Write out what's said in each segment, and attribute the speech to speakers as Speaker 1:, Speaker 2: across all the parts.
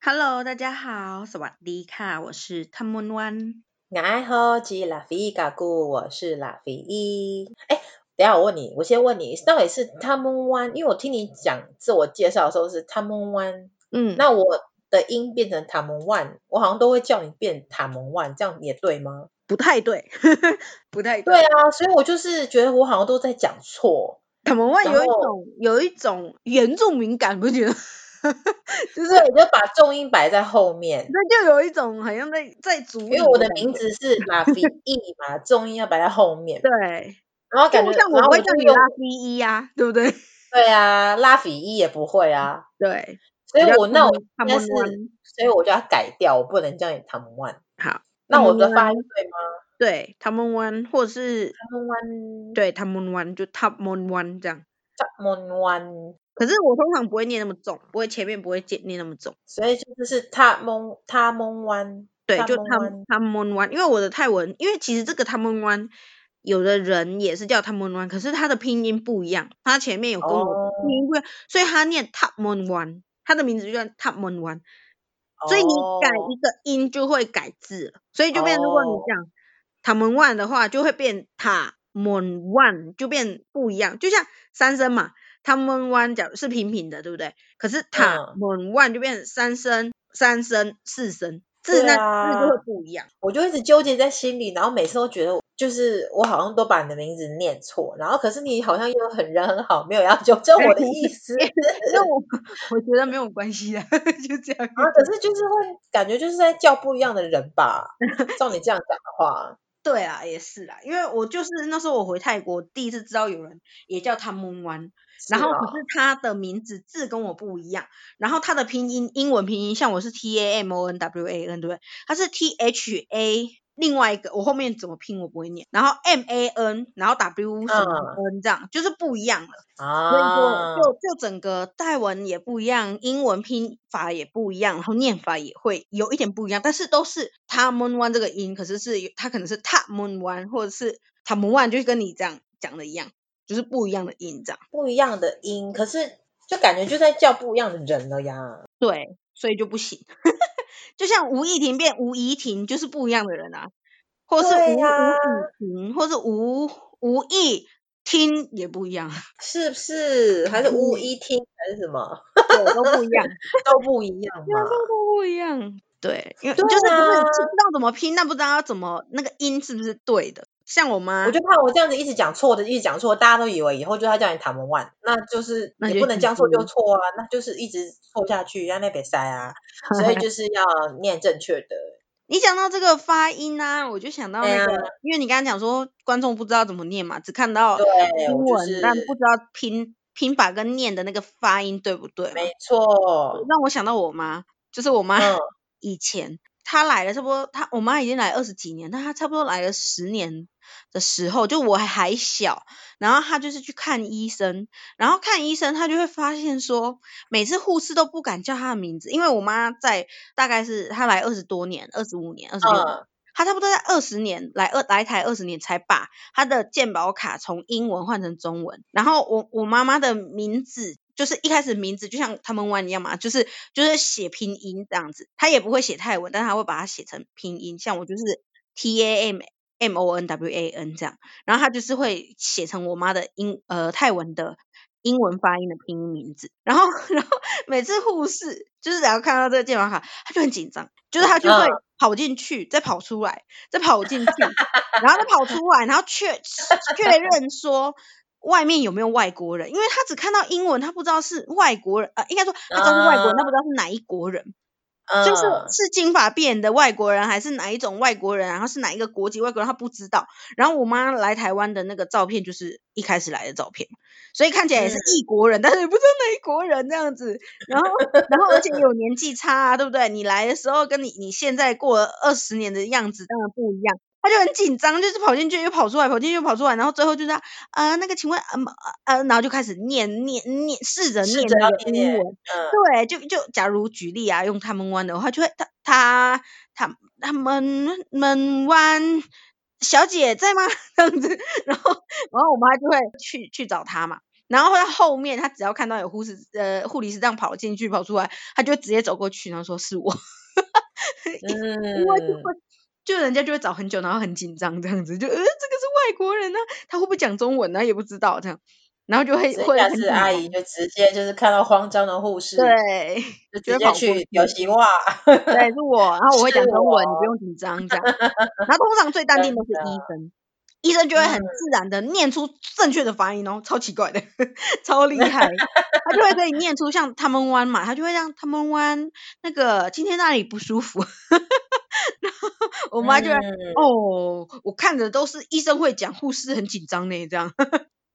Speaker 1: Hello，大家好，สวัสดีค่ะ，我是汤姆湾。
Speaker 2: 我爱喝鸡拉菲伊嘎古，我是拉菲伊。哎，等一下我问你，我先问你，到底是他们湾？因为我听你讲自我介绍的时候是他们湾，
Speaker 1: 嗯，
Speaker 2: 那我的音变成他们湾，我好像都会叫你变他们湾，这样也对吗？
Speaker 1: 不太对， 不太
Speaker 2: 对啊，所以我就是觉得我好像都在讲错。
Speaker 1: 他们湾
Speaker 2: 然
Speaker 1: 有一
Speaker 2: 后
Speaker 1: 种有一种原住民感，不觉得？
Speaker 2: 就是我就把重音摆在后面，
Speaker 1: 那就有一种好像在在族里
Speaker 2: 因为我的
Speaker 1: 感
Speaker 2: 名
Speaker 1: 觉
Speaker 2: 字是拉菲伊 嘛，重音要摆在后面，
Speaker 1: 对，
Speaker 2: 然后感
Speaker 1: 就
Speaker 2: 觉
Speaker 1: 像我
Speaker 2: 然
Speaker 1: 不
Speaker 2: 后
Speaker 1: 会
Speaker 2: 我
Speaker 1: 叫
Speaker 2: 就
Speaker 1: 你
Speaker 2: 用
Speaker 1: 拉 B 一呀，对不对？
Speaker 2: 对啊，拉菲伊也不会啊，
Speaker 1: 对，
Speaker 2: 所以我那我
Speaker 1: 他
Speaker 2: 应该
Speaker 1: 们
Speaker 2: 是
Speaker 1: 湾
Speaker 2: 所以我就要改掉，我不能叫你唐门湾。
Speaker 1: 好，
Speaker 2: 那我的
Speaker 1: 唐门
Speaker 2: 发
Speaker 1: 湾
Speaker 2: 音对吗？
Speaker 1: 对他们湾，或者是
Speaker 2: 唐门湾，，
Speaker 1: 对他们湾就 Top Mon 湾这样。
Speaker 2: 唐门湾，
Speaker 1: 可是我通常不会念那么重，不会前面不会念念那么重，
Speaker 2: 所以就是是他蒙他蒙湾，
Speaker 1: 对，
Speaker 2: 塔
Speaker 1: 就
Speaker 2: 蒙
Speaker 1: 他
Speaker 2: 湾
Speaker 1: 他们湾，因为我的泰文，因为其实这个他们湾，有的人也是叫他们湾，可是他的拼音不一样，他前面有跟我
Speaker 2: 哦
Speaker 1: 拼音不一样，所以他念 t a p m o n 湾，他的名字就叫 t a p m o n 湾，所以你改
Speaker 2: 哦
Speaker 1: 一个音就会改字了，所以就变，如果你
Speaker 2: 哦
Speaker 1: 讲他们湾的话，就会变塔们湾，就变不一样，就像三声嘛，他们湾讲是平平的，对不对？可是塔
Speaker 2: 嗯
Speaker 1: 们湾就变成三声、三声、四声，字
Speaker 2: 对
Speaker 1: 那字就
Speaker 2: 啊
Speaker 1: 会不一样。，
Speaker 2: 我就一直纠结在心里，然后每次都觉得就是我好像都把你的名字念错，然后可是你好像又很人很好，没有要纠正我的意思
Speaker 1: 那我我觉得没有关系啊， 就这样。
Speaker 2: 啊，可是就是会感觉就是在叫不一样的人 吧，照你这样讲的话，
Speaker 1: 对啊，也是啦，因为我就是那时候我回泰国第一次知道有人也叫汤姆湾，然
Speaker 2: 是
Speaker 1: 后
Speaker 2: 啊
Speaker 1: 可是他的名字字跟我不一样，然后他的拼音英文拼音像我是 T A M O N W A N 对不对？他是 T H A 另外一个我后面怎么拼我不会念，然后 M A N 然后 W 什么 N 这样就是不一样了，所以
Speaker 2: 嗯啊，
Speaker 1: 就就就整个泰文也不一样，英文拼法也不一样，然后念法也会有一点不一样，但是都是 ta moon one 这个音，可是是有它可能是 ta moon one 或者是 ta moon one，就是跟你这样讲的一样，就是不一样的音这样。
Speaker 2: 不一样的音，可是就感觉就在叫不一样的人了呀。
Speaker 1: 对，所以就不行。 就像吴亦婷变吴怡婷，就是不一样的人啊，或是
Speaker 2: 对
Speaker 1: 吴吴
Speaker 2: 呀
Speaker 1: 雨婷，或是吴吴亦听也不一样，
Speaker 2: 是不是？还是乌
Speaker 1: 嗯
Speaker 2: 一听还是什么
Speaker 1: 对，都不一 样。
Speaker 2: 都不一样嘛？
Speaker 1: 不一样。对，因为
Speaker 2: 对
Speaker 1: 就是不是
Speaker 2: 啊
Speaker 1: 是知道怎么拼，但不知道怎么那个音是不是对的。像我妈，
Speaker 2: 我就怕我这样子一直讲错的，一直讲错，大家都以为以后就要叫你塔蒙万，那就是
Speaker 1: 那
Speaker 2: 你
Speaker 1: 就
Speaker 2: 不能
Speaker 1: 继
Speaker 2: 将错就
Speaker 1: 续
Speaker 2: 错啊，那就是一直错下去，让那边塞啊，所以 就是要念正确的。
Speaker 1: 你讲到这个发音啊，我就想到
Speaker 2: 哎
Speaker 1: 那
Speaker 2: 呀
Speaker 1: 个，因为你刚刚讲说观众不知道怎么念嘛，只看到
Speaker 2: 对，
Speaker 1: 英
Speaker 2: 我就
Speaker 1: 文，
Speaker 2: 是
Speaker 1: 但不知道拼拼法跟念的那个发音对不对嘛。
Speaker 2: 没错，
Speaker 1: 让我想到我妈，就是我妈
Speaker 2: 嗯，
Speaker 1: 以前，她来了差不多，她我妈已经来二十几年，但她差不多来了十年的时候，就我还小，然后她就是去看医生，然后看医生，她就会发现说，每次护士都不敢叫她的名字，因为我妈在大概是她来二十多年，二十五年、二十六年。
Speaker 2: 嗯，
Speaker 1: 她差不多在二十年来二来台二十年才把她的健保卡从英文换成中文，然后我我妈妈的名字就是一开始名字就像他们玩一样嘛，就是就是写拼音这样子，她也不会写泰文，但她会把它写成拼音，像我就是 T A M M O N W A N 这样，然后她就是会写成我妈的英呃泰文的。英文发音的拼音名字，然后然后每次护士就是只要看到这个健保卡，她就很紧张，就是她就会跑进去，再跑出来，再跑进去，然后再跑出来，然后确确认说外面有没有外国人，因为他只看到英文，他不知道是外国人，呃，应该说他知道是外国人，他不知道是哪一国人，就是
Speaker 2: 嗯
Speaker 1: 是金发碧眼的外国人，还是哪一种外国人，然后是哪一个国籍外国人，他不知道。然后我妈来台湾的那个照片就是一开始来的照片，所以看起来也是
Speaker 2: 嗯
Speaker 1: 异国人，但是也不知道哪一国人这样子。然后，然后而且有年纪差、啊，对不对？你来的时候跟你你现在过了二十年的样子当然不一样。他就很紧张，就是跑进去又跑出来，跑进去又跑出来，然后最后就是呃那个，请问呃呃，然后就开始念念念，试着
Speaker 2: 试
Speaker 1: 念
Speaker 2: 着
Speaker 1: 那
Speaker 2: 要
Speaker 1: 个
Speaker 2: 念
Speaker 1: 英
Speaker 2: 念
Speaker 1: 文，
Speaker 2: 嗯，
Speaker 1: 对，就就假如举例啊，用他们湾的话，就会他他他他们们湾 小姐在吗？这样子，然后然后我妈就会去去找他嘛，然后他后面他只要看到有护士呃护理师这样跑进去跑出来，他就直接走过去，然后说是我， 因为就会
Speaker 2: 嗯，
Speaker 1: 就人家就会找很久，然后很紧张这样子，就呃这个是外国人呢、他会不会讲中文呢、啊也不知道这样，然后就会
Speaker 2: 所以
Speaker 1: 会
Speaker 2: 下
Speaker 1: 很
Speaker 2: 次
Speaker 1: 紧
Speaker 2: 阿
Speaker 1: 张，
Speaker 2: 姨就直接就是看到慌张的护士，
Speaker 1: 对，就会
Speaker 2: 就直接
Speaker 1: 跑过
Speaker 2: 去流
Speaker 1: 去。
Speaker 2: 行袜，
Speaker 1: 对，是我，然后我会
Speaker 2: 是
Speaker 1: 讲中文，你
Speaker 2: 我
Speaker 1: 不用紧 张这样。然后通常最淡定
Speaker 2: 真
Speaker 1: 都是
Speaker 2: 的，
Speaker 1: 医生，医生就会很
Speaker 2: 嗯，
Speaker 1: 自然的念出正确的发音哦，超奇怪的， 超厉害。他就会给你念出像他们湾嘛，他就会让他们湾那个今天那里不舒服， 我妈就会
Speaker 2: 嗯，
Speaker 1: 哦，我看着都是医生会讲，护士很紧张呢，这样。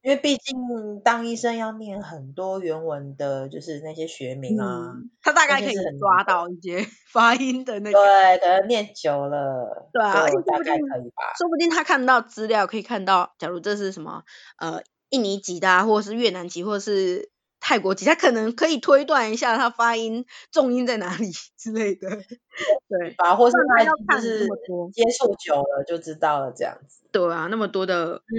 Speaker 2: 因为毕竟当医生要念很多原文的，就是那些学 名啊，
Speaker 1: 嗯，他大
Speaker 2: 那
Speaker 1: 概
Speaker 2: 些
Speaker 1: 可以
Speaker 2: 是很难
Speaker 1: 抓
Speaker 2: 的。
Speaker 1: 到一些 发音的那个，
Speaker 2: 对，可能念久了
Speaker 1: 对啊，而且
Speaker 2: 就
Speaker 1: 说
Speaker 2: 大
Speaker 1: 不
Speaker 2: 概
Speaker 1: 定，
Speaker 2: 可以吧。
Speaker 1: 说不定他看到资料可以看到，假如这是什么呃印尼籍的啊，或者是越南籍，或者是泰国籍，他可能可以推断一下他发音重音在哪里 之类的。对，
Speaker 2: 吧，或
Speaker 1: 不
Speaker 2: 是
Speaker 1: 然
Speaker 2: 他
Speaker 1: 他要
Speaker 2: 就
Speaker 1: 看这
Speaker 2: 是
Speaker 1: 么多，
Speaker 2: 接触久了就知道了这样子。
Speaker 1: 对啊，那么多的
Speaker 2: 嗯，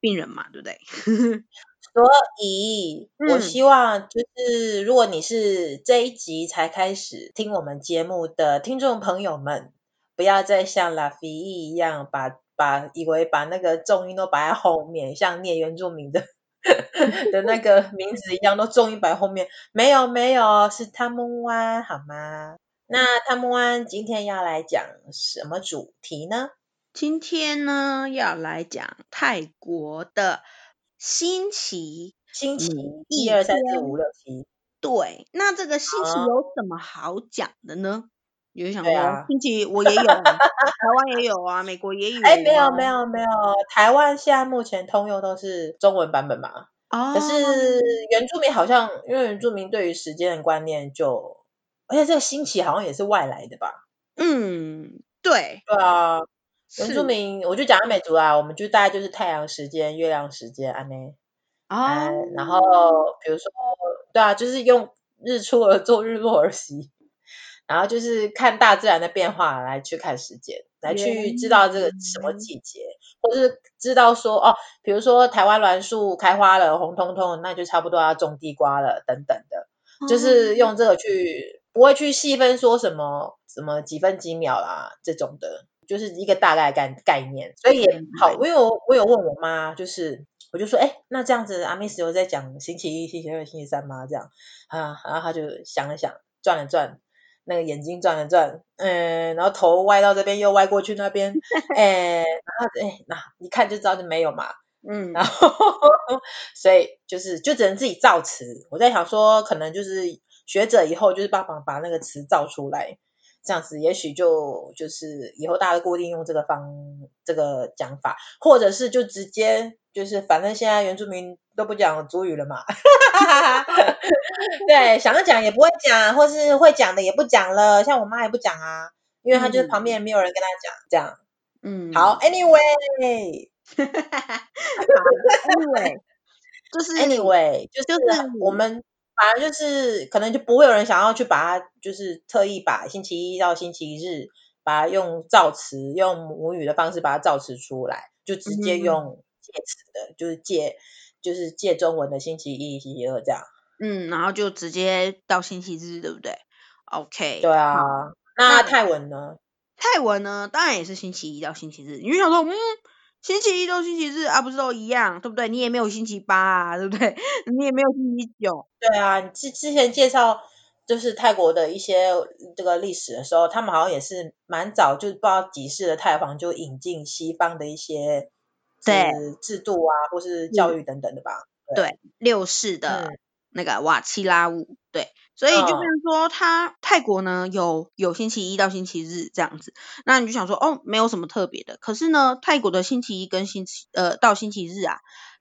Speaker 1: 病人嘛，对不对？
Speaker 2: 所以我
Speaker 1: 嗯，
Speaker 2: 希望就是，如果你是这一集才开始听我们节目的听众朋友们，不要再像拉菲一一样把把以为把那个重音都摆在后面，像念原住民的 的那个名字一样，都重音摆后面。没有没有，是他们湾好吗？那他们湾今天要来讲什么主题呢？
Speaker 1: 今天呢要来讲泰国的新奇
Speaker 2: 星期
Speaker 1: 免
Speaker 2: 一
Speaker 1: 疫
Speaker 2: 二三四五
Speaker 1: 篇。
Speaker 2: 六七，
Speaker 1: 对，那这个新奇
Speaker 2: 啊，
Speaker 1: 有什么好讲的呢？有人想
Speaker 2: 对
Speaker 1: 说，
Speaker 2: 啊。
Speaker 1: 新奇我也有啊，台湾也有啊，美国也
Speaker 2: 哎，
Speaker 1: 有
Speaker 2: 没有没
Speaker 1: 啊。
Speaker 2: 有没有，台湾现在目前通用都是中文版本嘛。可
Speaker 1: 哦，
Speaker 2: 是原住民好像，因为原住民对于时间的观念就，而且这个兴起好像也是外来的吧？
Speaker 1: 嗯，对，
Speaker 2: 对啊，原住
Speaker 1: 是
Speaker 2: 民我就讲阿美族啊，我们就大概就是太阳时间、月亮时间啊安呢，
Speaker 1: 哦，
Speaker 2: 安，呃哎然后比如说，对啊，就是用日出而作，日落而息，然后就是看大自然的变化来去看时间，来
Speaker 1: 原嗯
Speaker 2: 去知道这个什么
Speaker 1: 来
Speaker 2: 季节，或是知道说哦，比如说台湾栾树开花了，红彤彤，那就差不多要种地瓜了，等等的，就
Speaker 1: 哦，
Speaker 2: 是用这个去不会去细分说什么什么几分几秒啦这种的，就是一个大概概概念。所以也
Speaker 1: 原
Speaker 2: 好，
Speaker 1: 来
Speaker 2: 因为我我有问我妈，就是我就说，哎，那这样子阿密斯有在讲星期一、星期二、星期三吗？这样啊，然后她就想了想，转了转。那个眼睛转了转，嗯，然后头歪到这边，又歪过去那边，哎，然后哎，那一看就知道就没有嘛，然
Speaker 1: 嗯，
Speaker 2: 后所以就是就只能自己造词。我在想说，可能就是学者以后就是帮忙把那个词造出来，这样子也许就就是以后大家固定用这个方这个讲法，或者是就直接就是反正现在原住民都不讲族语了嘛， 对，想要讲也不会讲，或是会讲的也不讲了，像我妈也不讲啊，因为她就是旁边
Speaker 1: 嗯
Speaker 2: 没有人跟她讲这样。好
Speaker 1: 嗯，
Speaker 2: ，anyway。
Speaker 1: 好的，anyway，就是
Speaker 2: anyway，就是
Speaker 1: 就是
Speaker 2: 我们反而就是可能就不会有人想要去把它，就是特意把星期一到星期日把它用造词，用母语的方式把它造词出来，就直接
Speaker 1: 嗯
Speaker 2: 用借词的，就是借就是借中文的星期一、星期二这样。
Speaker 1: 嗯，然后就直接到星期日，对不对
Speaker 2: 对
Speaker 1: ？OK，
Speaker 2: 啊，
Speaker 1: 好，嗯那。
Speaker 2: 那泰文呢？
Speaker 1: 泰文呢，当然也是星期一到星期日。你就想说，嗯，星期一到星期日啊，不是都一样，对不对？你也没有星期八啊， 对不对？你也没有星期九。
Speaker 2: 对啊，你之之前介绍就是泰国的一些这个历史的时候，他们好像也是蛮早，就不知道几世的泰皇就引进西方的一些
Speaker 1: 对，
Speaker 2: 制制度啊，或是教
Speaker 1: 嗯，
Speaker 2: 育等等的吧。
Speaker 1: 对，六世的
Speaker 2: 对，
Speaker 1: 那个瓦契拉舞，对，所以就变
Speaker 2: 嗯
Speaker 1: 成说他泰国呢有有星期一到星期日这样子，那你就想说哦，没有什么特别的。可是呢，泰国的星期一跟星期呃到星期日啊，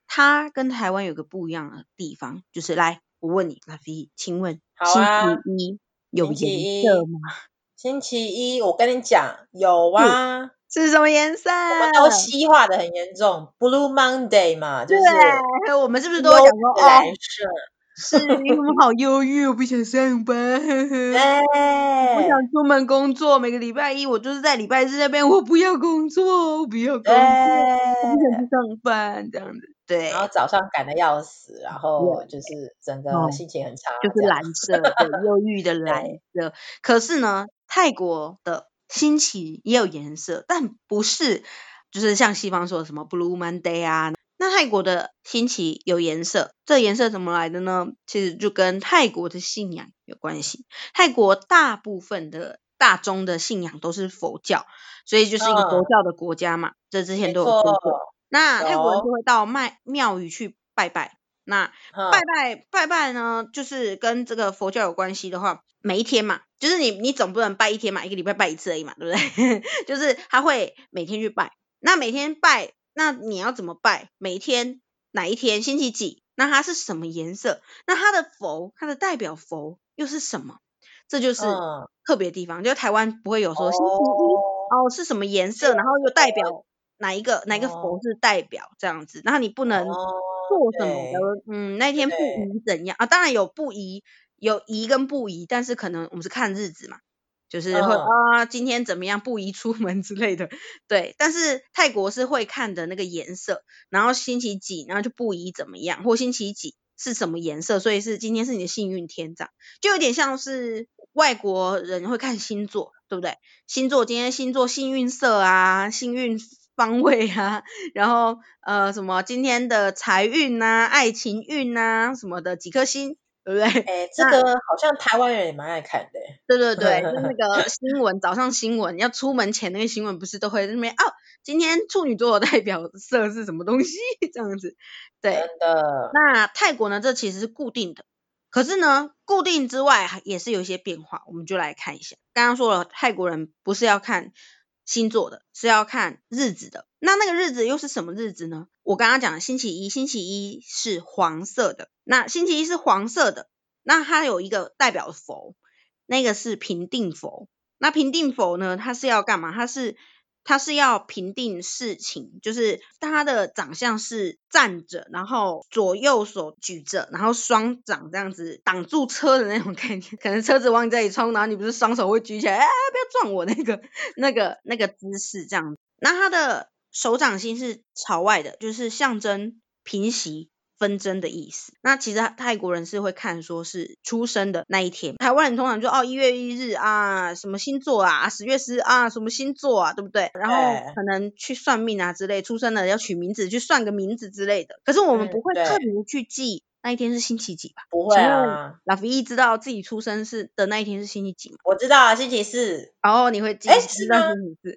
Speaker 1: 它跟台湾有个不一样的地方，就是来，我问你，拉菲，请问
Speaker 2: 好
Speaker 1: 星期
Speaker 2: 啊，
Speaker 1: 一有
Speaker 2: 星
Speaker 1: 颜
Speaker 2: 期
Speaker 1: 色
Speaker 2: 一，
Speaker 1: 吗？
Speaker 2: 星期一，我跟你讲，有
Speaker 1: 是
Speaker 2: 啊，
Speaker 1: 是什么颜色？
Speaker 2: 我们都西化的很严重，Blue Monday 嘛，就是
Speaker 1: 对，啊我们是不是都会
Speaker 2: 优
Speaker 1: 讲说
Speaker 2: 自然
Speaker 1: 哦，
Speaker 2: 色，
Speaker 1: 是因为我们好忧郁，我不想上班，呵呵，嗯我不
Speaker 2: 对
Speaker 1: 想出门工作。每个礼拜一我就是在礼拜日那边，我不要工作，我不要工作，我不想
Speaker 2: 对。
Speaker 1: 去上班，这样子。对，
Speaker 2: 然后早上赶的要死，然后就是整个
Speaker 1: 嗯
Speaker 2: 心情很差，
Speaker 1: 就是
Speaker 2: 这样
Speaker 1: 蓝色，对，忧郁的蓝色。可是呢，泰国的新奇也有颜色，但不是就是像西方说的什么 Blue Monday 啊。那泰国的新奇有颜色，这颜色怎么来的呢？其实就跟泰国的信仰有关系。泰国大部分的大宗的信仰都是佛教，所以就是一个佛
Speaker 2: 嗯
Speaker 1: 教的国家嘛。这之前
Speaker 2: 没
Speaker 1: 都有说
Speaker 2: 错，
Speaker 1: 过。那泰国人
Speaker 2: 有
Speaker 1: 就会到麦庙宇去拜拜。那
Speaker 2: 嗯
Speaker 1: 拜拜拜拜呢，就是跟这个佛教有关系的话，每一天嘛，就是你你总不能拜一天嘛，一个礼拜拜一次而已嘛，对不对？ 就是他会每天去拜，那每天拜，那你要怎么拜？每一天哪一天星期几？那它是什么颜色？那它的佛，它的代表佛又是什么？这就是
Speaker 2: 嗯，
Speaker 1: 特别的地方，就是台湾不会有说星期一
Speaker 2: 哦，
Speaker 1: 哦是什么颜色，然后又代表哪一个哪一个
Speaker 2: 哦
Speaker 1: 佛是代表这样子，然后你不能
Speaker 2: 哦，
Speaker 1: 做什么
Speaker 2: 对，
Speaker 1: 的，嗯，那天不
Speaker 2: 对
Speaker 1: 宜怎样啊？当然有不宜，有宜跟不宜，但是可能我们是看日子嘛，就是会
Speaker 2: 嗯
Speaker 1: 啊，今天怎么样不宜出门 之类的，对。但是泰国是会看的那个颜色，然后星期几，然后就不宜怎么样，或星期几是什么颜色，所以是今天是你的幸运天这样，就有点像是外国人会看星座，对不对？星座今天星座幸运色啊，幸运方位啊，然后呃什么今天的财运呐、爱情运呐、什么的几颗星，对不对？
Speaker 2: 哎，这
Speaker 1: 那
Speaker 2: 个好像台湾人也蛮爱看的，
Speaker 1: 对对对，就是那个新闻，早上新闻要出门前那个新闻不是都会在那边哦，今天处女座的代表色是什么东西这样子，对，
Speaker 2: 真的，
Speaker 1: 那泰国呢，这其实是固定的，可是呢，固定之外还也是有一些变化，我们就来看一下。刚刚说了，泰国人不是要看星座的，是要看日子的。那那个日子又是什么日子呢？我刚刚讲的星期一，星期一是黄色的，那星期一是黄色的，那它有一个代表佛，那个是平定佛。那平定佛呢，它是要干嘛？它是它是要平定事情，就是他的长相是站着，然后左右手举着，然后双掌这样子挡住车的那种概念。可能车子往你这里冲，然后你不是双手会举起来，哎，不要撞我那个那个那个姿势这样子。那他的手掌心是朝外的，就是象征平息。纷争的意思。那其实泰国人是会看说是出生的那一天，台湾人通常就哦一月一日啊，什么星座啊，十月十日啊，什么星座啊，对不对？然后
Speaker 2: 对
Speaker 1: 可能去算命啊之类，出生了要取名字，去算个名字之类的。可是我们
Speaker 2: 嗯
Speaker 1: 不会
Speaker 2: 对
Speaker 1: 特别去记那一天是星期几吧？
Speaker 2: 不会
Speaker 1: 请问
Speaker 2: 啊，
Speaker 1: 老夫一知道自己出生是的那一天是星期几吗？
Speaker 2: 我知道啊，星期四，
Speaker 1: 然后你会记
Speaker 2: 哎，
Speaker 1: 知
Speaker 2: 是
Speaker 1: 道星
Speaker 2: 吗？
Speaker 1: 期四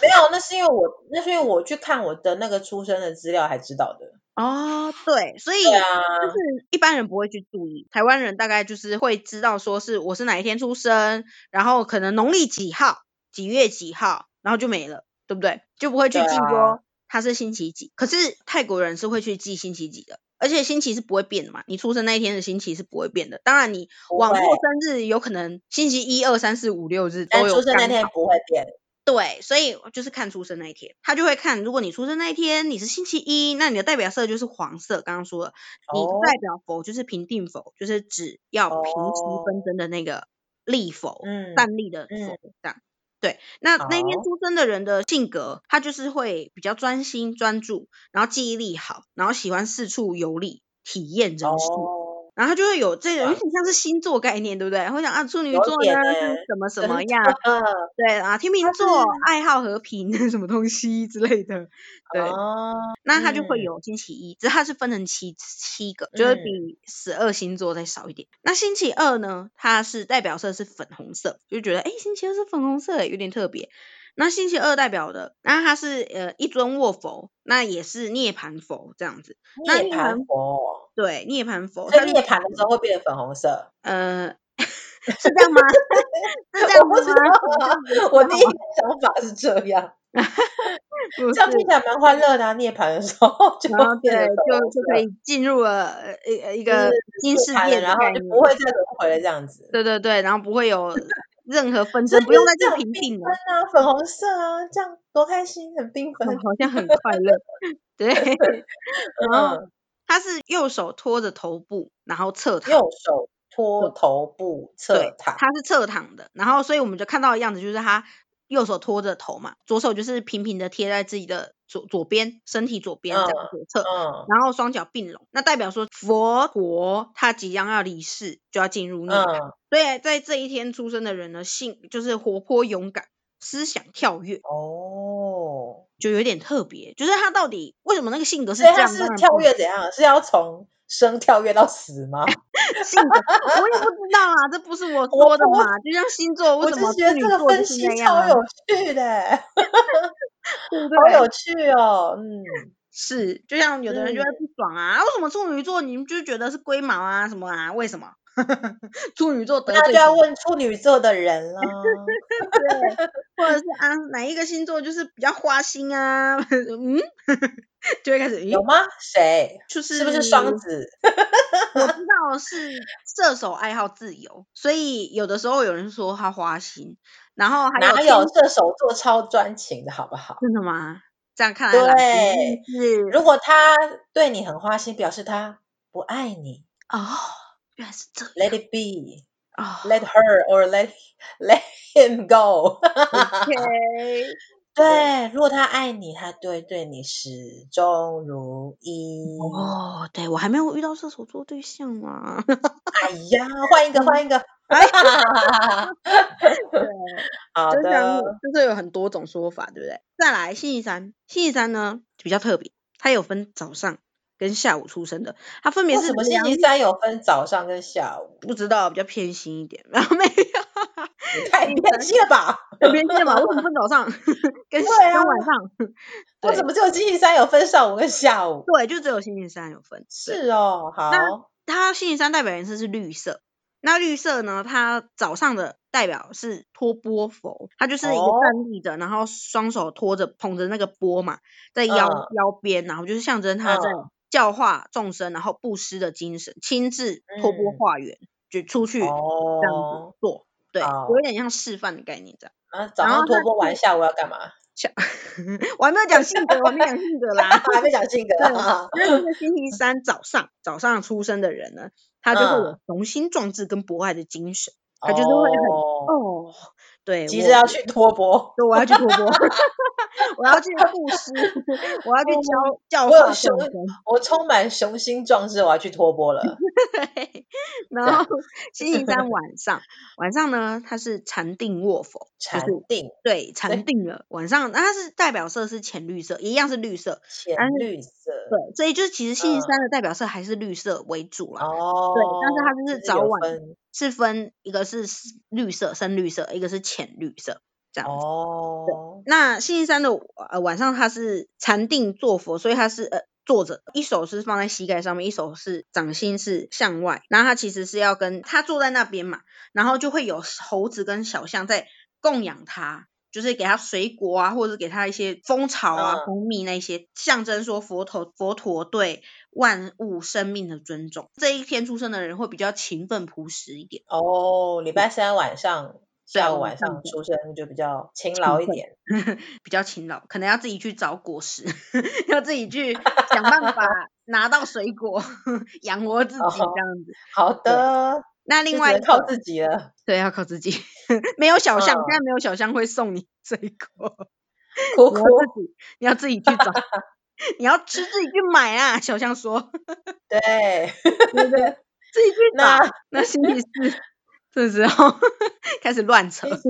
Speaker 2: 没有，那是因为我，那是因为我去看我的那个出生的资料才知道的。
Speaker 1: 哦，对，所以
Speaker 2: 对
Speaker 1: 就
Speaker 2: 啊，
Speaker 1: 是一般人不会去注意，台湾人大概就是会知道说是我是哪一天出生，然后可能农历几号、几月几号，然后就没了，对不对？就不会去
Speaker 2: 对
Speaker 1: 记
Speaker 2: 啊，
Speaker 1: 说它是星期几。可是泰国人是会去记星期几的，而且星期是不会变的嘛，你出生那一天的星期是不会变的。当然，你
Speaker 2: 不
Speaker 1: 往
Speaker 2: 会，
Speaker 1: 后生日有可能星期一、二、三四、五、六日
Speaker 2: 但
Speaker 1: 都有
Speaker 2: 出生
Speaker 1: 刚
Speaker 2: 那天
Speaker 1: 好。
Speaker 2: 不会变。
Speaker 1: 对，所以就是看出生那一天，他就会看，如果你出生那一天你是星期一，那你的代表色就是黄色，刚刚说了，你的代
Speaker 2: 哦
Speaker 1: 表佛就是平定佛，就是指要平息
Speaker 2: 哦，
Speaker 1: 纷争的那个立佛，
Speaker 2: 嗯
Speaker 1: 站立的
Speaker 2: 嗯，
Speaker 1: 佛，这样。对，那那天
Speaker 2: 好，
Speaker 1: 出生的人的性格，他就是会比较专心专注，然后记忆力好，然后喜欢四处游历，体验人世。
Speaker 2: 哦，
Speaker 1: 然后他就会有这
Speaker 2: 这
Speaker 1: 种有
Speaker 2: 样
Speaker 1: 点像是星座概念，对不对？会想啊，处女
Speaker 2: 有
Speaker 1: 座呢
Speaker 2: 点呢，
Speaker 1: 是什么什
Speaker 2: 真
Speaker 1: 么
Speaker 2: 的，
Speaker 1: 样，对啊，天秤座
Speaker 2: 嗯
Speaker 1: 爱好和平 什么东西之类的，对，
Speaker 2: 哦，
Speaker 1: 那它就会
Speaker 2: 嗯
Speaker 1: 有星期一，只是它是分成七七个，就是
Speaker 2: 嗯，
Speaker 1: 比十二星座再少一点。那星期二呢，它是代表色是粉红色，就觉得诶星期二是粉红色，有点特别。那星期二代表的，那它是呃一尊卧佛，那也是涅槃佛这样子。那
Speaker 2: 涅
Speaker 1: 涅
Speaker 2: 槃
Speaker 1: 槃
Speaker 2: 佛，
Speaker 1: 对涅槃佛，
Speaker 2: 哦所以
Speaker 1: 它是
Speaker 2: 涅槃的时候会变成粉红色。
Speaker 1: 呃 是这样吗？ 是这
Speaker 2: 我
Speaker 1: 样
Speaker 2: 不
Speaker 1: 子
Speaker 2: 知
Speaker 1: 吗？我这
Speaker 2: 道
Speaker 1: 样
Speaker 2: 啊，
Speaker 1: 子知
Speaker 2: 我
Speaker 1: 道吗？
Speaker 2: 第一个想法是这样，
Speaker 1: 不
Speaker 2: 这样听
Speaker 1: 是。
Speaker 2: 起来蛮欢乐的啊。涅槃的时 候就
Speaker 1: 然后
Speaker 2: 变成
Speaker 1: 对，
Speaker 2: 粉
Speaker 1: 就
Speaker 2: 红
Speaker 1: 就可
Speaker 2: 色，
Speaker 1: 以进入了呃一一
Speaker 2: 就是
Speaker 1: 个新
Speaker 2: 涅
Speaker 1: 世
Speaker 2: 槃了，
Speaker 1: 界的
Speaker 2: 然后
Speaker 1: 概
Speaker 2: 就
Speaker 1: 念，
Speaker 2: 不会再轮回了这样子。
Speaker 1: 对对对，然后不会 有任何纷
Speaker 2: 所以
Speaker 1: 争，不
Speaker 2: 就
Speaker 1: 用
Speaker 2: 是
Speaker 1: 再
Speaker 2: 这
Speaker 1: 去评
Speaker 2: 样缤
Speaker 1: 定了，嗯
Speaker 2: 纷啊，粉红色啊，这样多开心，很缤纷。
Speaker 1: 好像很快 乐，对。然后
Speaker 2: 嗯，
Speaker 1: 他是右手托着头部，然后侧躺，
Speaker 2: 右手托
Speaker 1: 对
Speaker 2: 头部侧
Speaker 1: 对，
Speaker 2: 躺，
Speaker 1: 他是侧躺的，然后所以我们就看到的样子就是他右手托着头嘛，左手就是平平的贴在自己的左左边身体左边这样左侧，
Speaker 2: 嗯
Speaker 1: 然后双脚并拢，那代表说佛国他即将要离世，就要进入涅槃。
Speaker 2: 嗯，
Speaker 1: 所以在这一天出生的人呢，性就是活泼勇敢，思想跳跃，
Speaker 2: 哦，
Speaker 1: 就有点特别。就是他到底为什么那个性格是
Speaker 2: 所以
Speaker 1: 这
Speaker 2: 他
Speaker 1: 样？
Speaker 2: 是
Speaker 1: 当然
Speaker 2: 跳
Speaker 1: 不哎
Speaker 2: 跃怎样？是要从生跳跃到死吗？
Speaker 1: 性格，我也不知道啊，这不是我
Speaker 2: 我
Speaker 1: 说的
Speaker 2: 我
Speaker 1: 嘛。就像星座，
Speaker 2: 我
Speaker 1: 为
Speaker 2: 就
Speaker 1: 什么
Speaker 2: 觉得
Speaker 1: 处女
Speaker 2: 这个
Speaker 1: 座
Speaker 2: 分
Speaker 1: 就是
Speaker 2: 析
Speaker 1: 那样
Speaker 2: 超
Speaker 1: 啊？
Speaker 2: 有趣的欸，
Speaker 1: 对不
Speaker 2: 好有
Speaker 1: 对？
Speaker 2: 趣哦，嗯，
Speaker 1: 是，就像有的人就会
Speaker 2: 嗯
Speaker 1: 不爽啊，为什么处女座你们就觉得是龟毛啊什么啊？为什么？ 处女座得
Speaker 2: 那
Speaker 1: 罪
Speaker 2: 就要
Speaker 1: 谁？
Speaker 2: 问处女座的 人啦，
Speaker 1: 对，或者是啊哪一个星座就是比较花心啊？ 嗯，就会开始，咦
Speaker 2: 有，吗？谁？
Speaker 1: 就是
Speaker 2: 是不是双子？
Speaker 1: 我知道是射手爱好自由，所以有的时候有人说他花心，然后还有
Speaker 2: 哪
Speaker 1: 天
Speaker 2: 有射手座超专情的好不好？
Speaker 1: 真的吗？这样看来老师
Speaker 2: 对，
Speaker 1: 是
Speaker 2: 如果他对你很花心，表示他不爱你
Speaker 1: 哦，原来是这样
Speaker 2: ，Let it be。
Speaker 1: 哦。
Speaker 2: Let her or let let him go
Speaker 1: ，OK，
Speaker 2: 对，如果他爱你，他对对你始终如一。
Speaker 1: 哦，对我还没有遇到射手座对象嘛，
Speaker 2: 哎呀，换一个，
Speaker 1: 嗯
Speaker 2: 换一 个。
Speaker 1: 哎，对，
Speaker 2: 好
Speaker 1: 就像
Speaker 2: 的，
Speaker 1: 就是有很多种说法，对不对？再来星期三，星期三呢比较特别，它有分早上跟下午出生的，它分别
Speaker 2: 为
Speaker 1: 是
Speaker 2: 什么星
Speaker 1: 两
Speaker 2: 期三有分早上跟下午？
Speaker 1: 不知道比较偏心一点，然后 没有。
Speaker 2: 也太偏心了吧！
Speaker 1: 很偏见嘛，为什么分早 上跟
Speaker 2: 对啊
Speaker 1: 跟晚上？
Speaker 2: 我
Speaker 1: 对
Speaker 2: 怎么只有星期三有分上午跟下午？
Speaker 1: 对，就只有星期三有分。对，
Speaker 2: 是哦，好，
Speaker 1: 它星期三代表颜色是绿色，那绿色呢，它早上的代表是托钵佛，它就是一
Speaker 2: 哦
Speaker 1: 个站立的，然后双手托着捧着那个钵嘛，在腰、
Speaker 2: 嗯
Speaker 1: 腰边，然后就是象征他在
Speaker 2: 嗯
Speaker 1: 教化众生，然后布施的精神，亲自托钵
Speaker 2: 嗯
Speaker 1: 化缘，就出嗯去这样
Speaker 2: 哦
Speaker 1: 子，做，对，
Speaker 2: 好
Speaker 1: 有点像示范的概念这样。
Speaker 2: 啊，早
Speaker 1: 然后
Speaker 2: 上托
Speaker 1: 他
Speaker 2: 钵完，
Speaker 1: 是
Speaker 2: 下午要干嘛？
Speaker 1: 我还没有讲性格，我还没讲性格 啦。
Speaker 2: 还没讲性格
Speaker 1: 对，
Speaker 2: 啊，
Speaker 1: 那这个星期三早上早上出生的人呢，他就会有
Speaker 2: 嗯
Speaker 1: 雄心壮志跟博爱的精神，他就是会很
Speaker 2: 哦，
Speaker 1: 哦，对，
Speaker 2: 急
Speaker 1: 我
Speaker 2: 着要去托钵。
Speaker 1: 对我要去托钵， 我要去布施，我要去
Speaker 2: 哦
Speaker 1: 教教
Speaker 2: 我有
Speaker 1: 化众
Speaker 2: 雄
Speaker 1: 生。
Speaker 2: 我充满雄心壮志，我要去托钵了。
Speaker 1: 对，然后星期三晚上晚上呢，他是禅定卧佛，就是
Speaker 2: 禅定
Speaker 1: 对
Speaker 2: 对
Speaker 1: 禅定了晚上，那它是代表色是浅绿色，一样是绿色。但
Speaker 2: 浅
Speaker 1: 是
Speaker 2: 绿色，
Speaker 1: 对，所以就是其实星期
Speaker 2: 嗯
Speaker 1: 三的代表色还是绿色为主啦。
Speaker 2: 哦，
Speaker 1: 对，但是它就是
Speaker 2: 就是
Speaker 1: 早
Speaker 2: 有
Speaker 1: 晚
Speaker 2: 分
Speaker 1: 是分一个是绿色深绿色，一个是浅绿色这样子。
Speaker 2: 哦，
Speaker 1: 那星期三的呃晚上它是禅定坐佛，所以它是呃坐着，一手是放在膝盖上面，一手是掌心是向外，然后它其实是要跟它坐在那边嘛，然后就会有猴子跟小象在供养它。就是给它水果啊，或者给它一些蜂巢啊、
Speaker 2: 嗯
Speaker 1: 蜂蜜那些，象征说佛陀佛陀对万物生命的尊重。这一天出生的人会比较勤奋朴实一点，
Speaker 2: 哦，礼拜三晚上、
Speaker 1: 对
Speaker 2: 下
Speaker 1: 我
Speaker 2: 午
Speaker 1: 们
Speaker 2: 晚
Speaker 1: 上
Speaker 2: 上
Speaker 1: 的
Speaker 2: 出生就比较勤
Speaker 1: 勤
Speaker 2: 劳一
Speaker 1: 奋
Speaker 2: 点。
Speaker 1: 比较勤劳，可能要自己去找果实， 要自己去想办法拿到水果， 养活自己
Speaker 2: 哦
Speaker 1: 这样子。
Speaker 2: 好
Speaker 1: 对
Speaker 2: 的，
Speaker 1: 那
Speaker 2: 就
Speaker 1: 另
Speaker 2: 只
Speaker 1: 外一
Speaker 2: 能靠
Speaker 1: 个，
Speaker 2: 自己了。
Speaker 1: 对，要靠自己， 没有小象，
Speaker 2: 嗯
Speaker 1: 现在没有小象会送你水果，
Speaker 2: 哭
Speaker 1: 你要自
Speaker 2: 哭，
Speaker 1: 己，你要自己去 找，你要吃自己去买啊。小象说，
Speaker 2: 对，
Speaker 1: 对不对？自己去
Speaker 2: 那
Speaker 1: 找。那星期四这时候 开始乱扯
Speaker 2: 星，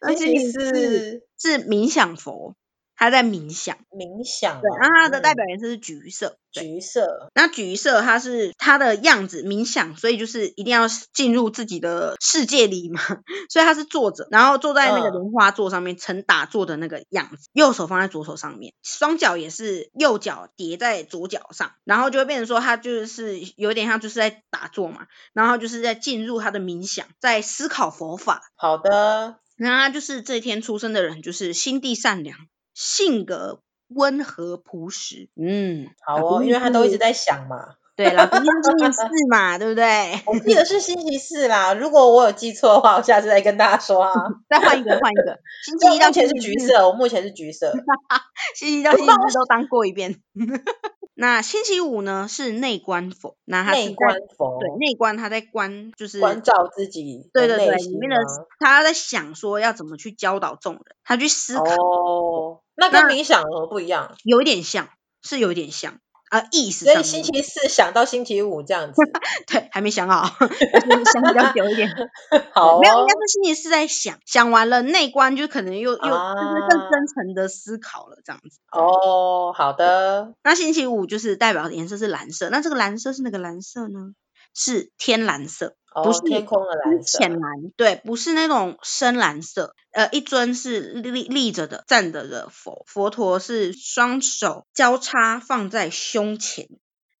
Speaker 1: 那
Speaker 2: 星期
Speaker 1: 四
Speaker 2: 四
Speaker 1: 是冥想佛，他在冥想。
Speaker 2: 冥想
Speaker 1: 对，
Speaker 2: 哦，
Speaker 1: 那它的代
Speaker 2: 嗯，
Speaker 1: 表颜色是橘色。对，
Speaker 2: 橘色，
Speaker 1: 那橘色它是它的样子冥想，所以就是一定要是进入自己的世界里嘛， 所以它是坐着，然后坐在那个
Speaker 2: 嗯
Speaker 1: 莲花座上面，呈打坐的那个样子，右手放在左手上面，双脚也是右脚叠在左脚上，然后就会变成说它就是有点像就是在打坐嘛，然后就是在进入他的冥想，在思考佛法，
Speaker 2: 好的，
Speaker 1: 那他就是这天出生的人，就是心地善良，性格温和朴实。嗯，嗯
Speaker 2: 好
Speaker 1: 老
Speaker 2: 哦，
Speaker 1: 师
Speaker 2: 因为他都一
Speaker 1: 啊
Speaker 2: 直
Speaker 1: 是
Speaker 2: 在想嘛。
Speaker 1: 对，老今天星期四嘛，对不对？
Speaker 2: 我记得是星期四啦，如果我有记错的话，我下次再跟大家说啊。
Speaker 1: 再换一个，换一个。星期
Speaker 2: 但我
Speaker 1: 一到
Speaker 2: 目前是
Speaker 1: 星期
Speaker 2: 橘
Speaker 1: 四
Speaker 2: 色，我目前是橘色。
Speaker 1: 星期一到星期四都当过一遍。 那星期五呢是内观佛，那它是
Speaker 2: 内
Speaker 1: 在
Speaker 2: 观佛，
Speaker 1: 对内观，他在观就是
Speaker 2: 关照自己
Speaker 1: 对
Speaker 2: 的
Speaker 1: 对对，
Speaker 2: 内
Speaker 1: 里
Speaker 2: 心
Speaker 1: 面
Speaker 2: 吗。
Speaker 1: 的他在想说要怎么去教导众人，他去思考，
Speaker 2: 哦，那跟冥想有什么不一样？
Speaker 1: 有一点像，是有一点像，呃，意思
Speaker 2: 所
Speaker 1: 上
Speaker 2: 以
Speaker 1: 面
Speaker 2: 星期四想到星期五这样 子，
Speaker 1: 对还没想好， 就是想比较久一点，
Speaker 2: 好
Speaker 1: 没有，应
Speaker 2: 哦
Speaker 1: 该。是星期四在想，想完了内观就可能又又就是更
Speaker 2: 啊
Speaker 1: 深层的思考了这样子。
Speaker 2: 哦，好的，
Speaker 1: 那星期五就是代表的颜色是蓝色，那这个蓝色是哪个蓝色呢？是天蓝色。
Speaker 2: 哦
Speaker 1: 是，
Speaker 2: 天空的蓝
Speaker 1: 是
Speaker 2: 色，
Speaker 1: 浅蓝，对，不是那种深蓝色。呃，一尊是立立着的、站着的佛，佛陀是双手交叉放在胸前，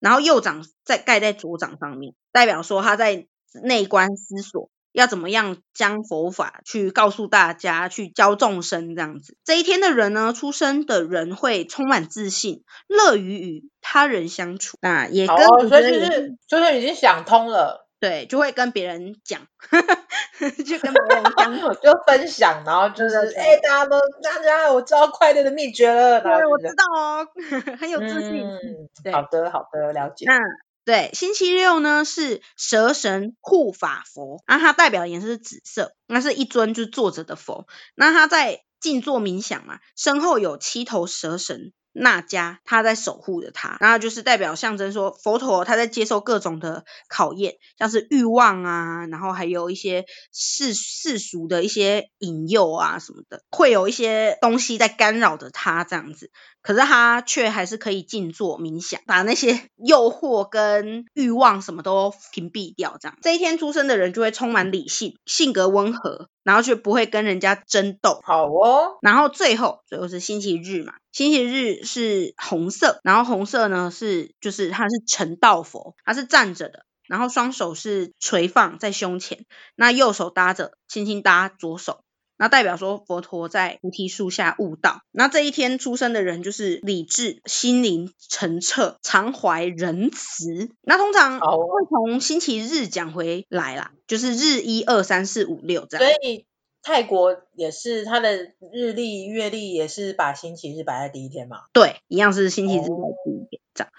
Speaker 1: 然后右掌在盖在左掌上面，代表说他在内观思索。要怎么样将佛法去告诉大家，去教众生这样子？这一天的人呢，出生的人会充满自信，乐于与他人相处。那也跟
Speaker 2: 哦，
Speaker 1: 我
Speaker 2: 所
Speaker 1: 觉得
Speaker 2: 以就
Speaker 1: 也
Speaker 2: 是就是已经想 通了，
Speaker 1: 对，就会跟别人讲， 就跟别人讲。
Speaker 2: 就分享，然后
Speaker 1: 对
Speaker 2: 就
Speaker 1: 对
Speaker 2: 是
Speaker 1: 对
Speaker 2: 哎，大家都大家我知道快乐的秘诀了，然
Speaker 1: 对，
Speaker 2: 后
Speaker 1: 我
Speaker 2: 就这
Speaker 1: 知
Speaker 2: 样
Speaker 1: 道哦， 很有自信。
Speaker 2: 嗯，
Speaker 1: 对
Speaker 2: 好的好的，了解。
Speaker 1: 那对，星期六呢是蛇神护法佛，那它代表的颜色是紫色，那是一尊就是坐着的佛，那他在静坐冥想嘛，身后有七头蛇神。那迦他在守护着他，然后就是代表象征说佛陀他在接受各种的考验，像是欲望啊，然后还有一些世世俗的一些引诱啊什么的，会有一些东西在干扰着他这样子。可是他却还是可以静坐冥想，把那些 诱惑跟欲望什么都屏蔽掉。这样，这一天出生的人就会充满理性，性格温和，然后却不会跟人家争斗。
Speaker 2: 好哦，
Speaker 1: 然后最后，最后是星期日嘛，星期日是红色，然后红色呢是就是它是成道佛，它是站着的，然后双手是垂放在胸前，那右手搭着，轻轻搭左手，那代表说佛陀在菩提树下悟道。那这一天出生的人就是理智、心灵澄澈、常怀仁慈。那通常
Speaker 2: 好哦
Speaker 1: 会从星期日讲回来啦，就是日一二三四五六这
Speaker 2: 所
Speaker 1: 样。
Speaker 2: 以泰国也是它的日历、月历也是把星期日摆在第一天嘛，
Speaker 1: 对，一样是星期日来
Speaker 2: 哦
Speaker 1: 第一点这样。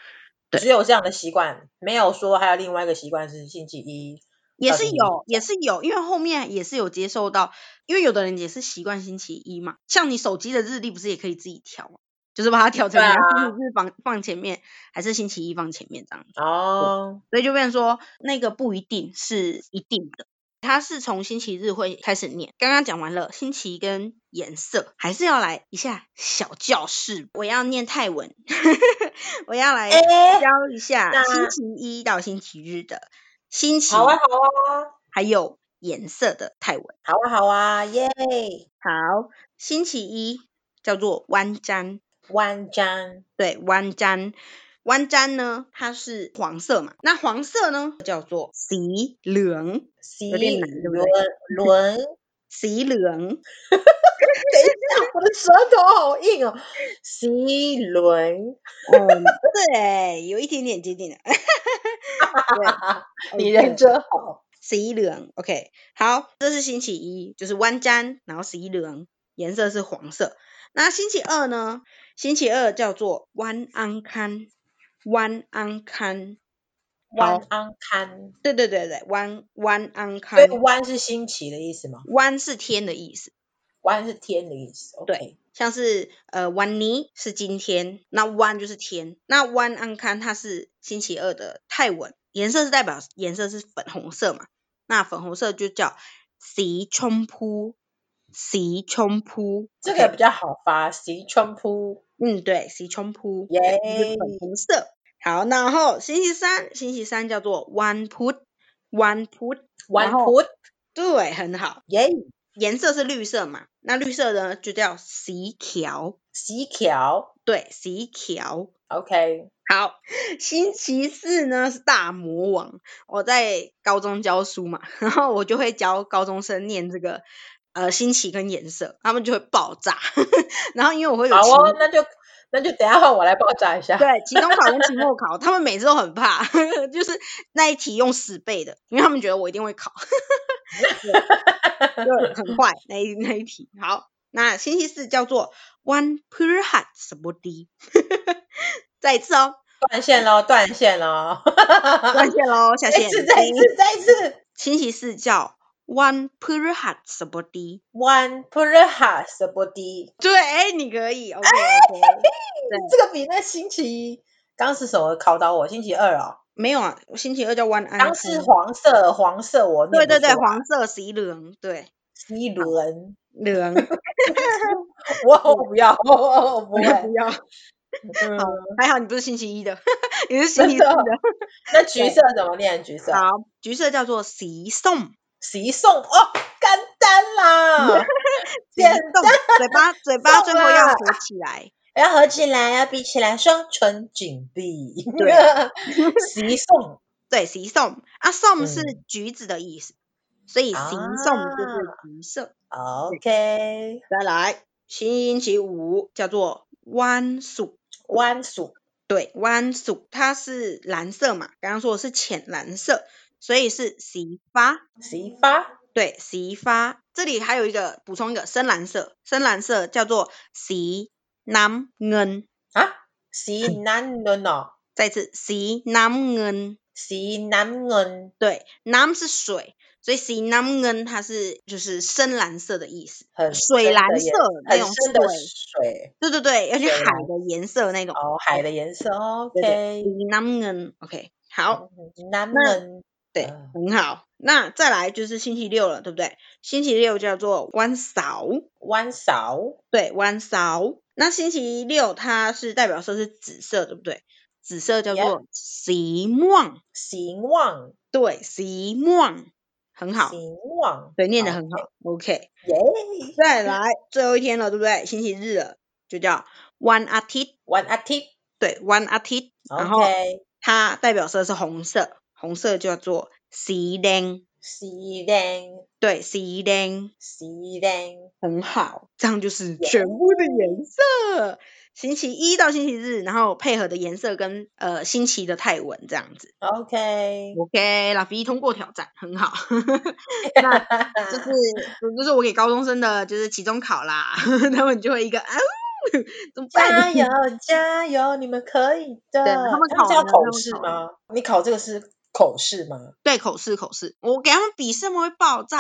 Speaker 1: 对
Speaker 2: 只有这样的习惯，没有说还有另外一个习惯是星期一
Speaker 1: 也
Speaker 2: 到
Speaker 1: 是
Speaker 2: 星期五
Speaker 1: 有，也是有，因为后面也是有接受到，因为有的人也是习惯星期一嘛，像你手机的日历不是也可以自己调吗？就是把它调成
Speaker 2: 对
Speaker 1: 你
Speaker 2: 啊
Speaker 1: 要星期日放放前面，还是星期一放前面这样子，
Speaker 2: 哦，
Speaker 1: 所以就变成说那个不一定是一定的，它是从星期日会开始念。刚刚讲完了星期跟颜色，还是要来一下小教室，我要念泰文， 我要来
Speaker 2: 哎、
Speaker 1: 教一下
Speaker 2: 那
Speaker 1: 星期一到星期日的星期
Speaker 2: 好啊，好啊，
Speaker 1: 还有颜色的泰文。
Speaker 2: 好啊，好啊，耶！
Speaker 1: 好，星期一叫做弯毡，
Speaker 2: 万张
Speaker 1: 对，弯毡。弯毡呢，它是黄色嘛？那黄色呢，叫做สีเหลือง
Speaker 2: 西
Speaker 1: 有点难对不对
Speaker 2: 轮轮，
Speaker 1: สีเหลือง
Speaker 2: 等一下，我的舌头好硬哦。西 轮，
Speaker 1: 嗯，对，有一点点接 近的。对，
Speaker 2: 你人真好。
Speaker 1: สีเหลือง OK，好，这是星期一，就是弯毡，然后สีเหลือง，颜色是黄色。那星期二呢？星期二叫做弯安康，弯安康，
Speaker 2: 弯安堪，
Speaker 1: 对对对对，弯弯安康
Speaker 2: 所，以弯是星期的意思吗？
Speaker 1: 弯是天的意思，
Speaker 2: 弯是天的意思。
Speaker 1: 对
Speaker 2: OK，
Speaker 1: 像是呃弯尼是今天，那弯就是天，那弯安康它是星期二的泰文，颜色是代表颜色是粉红色嘛，那粉红色就叫สีชมพู，สีชมพู，
Speaker 2: 这
Speaker 1: OK
Speaker 2: 个比较好发。西川普，
Speaker 1: 嗯，对，สีชมพู，
Speaker 2: 耶！
Speaker 1: 就是粉红色。好，然后星期三，星期三叫做 one put one put，
Speaker 2: 弯
Speaker 1: 然后
Speaker 2: 普，
Speaker 1: 对，很好。
Speaker 2: 耶！
Speaker 1: 颜色是绿色嘛，那绿色呢就叫สีเขียว
Speaker 2: 西桥
Speaker 1: 对，สีเขียว。
Speaker 2: ，OK，
Speaker 1: 好，星期四呢是大魔王。我在高中教书嘛，然后我就会教高中生念这个 呃星期跟颜色，他们就会爆炸。然后因为我会有
Speaker 2: 好
Speaker 1: 情
Speaker 2: 哦，那就那就等一下换我来爆炸一下。
Speaker 1: 对，期中考跟期末考，他们每次都很怕， 就是那一题用死背的，因为他们觉得我一定会考， 对，很坏那一那一题。好，那星期四叫做 One Pure Heart 什么的， 再一次哦，
Speaker 2: 断线喽，断线喽！
Speaker 1: 断线嗯喽，下
Speaker 2: 啊再
Speaker 1: 线
Speaker 2: 一。次，再一次，再一次。
Speaker 1: 星期四叫 One Pure Heart 什么的，
Speaker 2: One p u r h a s b o d y
Speaker 1: 对，哎，你可以，OK OK，对
Speaker 2: 这个比那星期一刚是什么考倒我？星期二哦，
Speaker 1: 没有啊，星期二叫 One 安
Speaker 2: 刚是黄色，黄色我念
Speaker 1: 对
Speaker 2: 不
Speaker 1: 对对，
Speaker 2: 出来
Speaker 1: 黄色十一轮，对，
Speaker 2: 一轮，
Speaker 1: 轮，
Speaker 2: 我我不要，我 我我不
Speaker 1: 我
Speaker 2: 会。
Speaker 1: 不要。
Speaker 2: 嗯，
Speaker 1: 还好你不是星期一的， 你是星期四
Speaker 2: 真的
Speaker 1: 的。
Speaker 2: 那橘色怎么念？橘色，
Speaker 1: 好，橘色叫做习送，
Speaker 2: 习送哦，干单啦，
Speaker 1: 习
Speaker 2: 简
Speaker 1: 送，嘴巴嘴巴最
Speaker 2: 送
Speaker 1: 后要
Speaker 2: 啦
Speaker 1: 合起来。
Speaker 2: 要合起来，要闭起来，双唇紧闭。
Speaker 1: 对，
Speaker 2: 习送
Speaker 1: 对，习送啊，送是
Speaker 2: 嗯
Speaker 1: 橘子的意思，所以习送
Speaker 2: 啊
Speaker 1: 就是橘色。
Speaker 2: ，OK，
Speaker 1: 再来，星期五叫做弯薯，
Speaker 2: 弯数
Speaker 1: 对，弯薯它是蓝色嘛，刚刚说的是浅蓝色，所以是洗发。
Speaker 2: 习发
Speaker 1: 对，洗发。这里还有一个补充一个深蓝色，深蓝色叫做洗南恩，
Speaker 2: 啊，习南轮哦，
Speaker 1: 再一次洗南恩。
Speaker 2: 习南轮
Speaker 1: 对，南是水，所以洗南恩它是就是深蓝色的意思，
Speaker 2: 很
Speaker 1: 水
Speaker 2: 深
Speaker 1: 蓝
Speaker 2: 的
Speaker 1: 色
Speaker 2: 颜
Speaker 1: 那
Speaker 2: 很
Speaker 1: 种
Speaker 2: 深的
Speaker 1: 水
Speaker 2: 水
Speaker 1: 对对对，而且
Speaker 2: 水
Speaker 1: 海
Speaker 2: 蓝
Speaker 1: 的颜色那种。
Speaker 2: 哦，海的颜色
Speaker 1: 对对
Speaker 2: ，OK，
Speaker 1: 洗南恩，OK，好，
Speaker 2: 南
Speaker 1: 那
Speaker 2: 轮
Speaker 1: 对，
Speaker 2: 嗯
Speaker 1: 很好。那再来就是星期六了，对不对？星期六叫做弯扫。
Speaker 2: 弯勺
Speaker 1: 对，弯勺。那星期六它是代表色是紫色，对不对？紫色叫
Speaker 2: Yeah
Speaker 1: 做席梦，
Speaker 2: 行望
Speaker 1: 对，席梦，很好，
Speaker 2: 行望，
Speaker 1: 对，念的很好，OK。
Speaker 2: 耶，
Speaker 1: 再来最后一天了，对不对？星期日了，就叫 One a t i
Speaker 2: 弯阿 T，
Speaker 1: 对，One a t i 然后
Speaker 2: OK，
Speaker 1: 它代表色是红色，红色叫做席灯，
Speaker 2: 西灯
Speaker 1: 对，席灯，
Speaker 2: 西灯
Speaker 1: 很好，这样就是全部的颜色。星期一到星期日，然后配合的颜色跟呃星期的泰文这样子。
Speaker 2: ，OK，
Speaker 1: OK，老皮通过挑战，很好。 那 就是这就是我给高中生的，就是期中考啦， 他们就会一个啊呜，怎么
Speaker 2: 加
Speaker 1: 办？
Speaker 2: 油加油，你们可以的。
Speaker 1: 对他们考完
Speaker 2: 是要
Speaker 1: 了
Speaker 2: 口
Speaker 1: 他们
Speaker 2: 试
Speaker 1: 考完
Speaker 2: 吗？你考这个是口试 吗？
Speaker 1: 对，口试口试，我给他们比什么会爆 炸，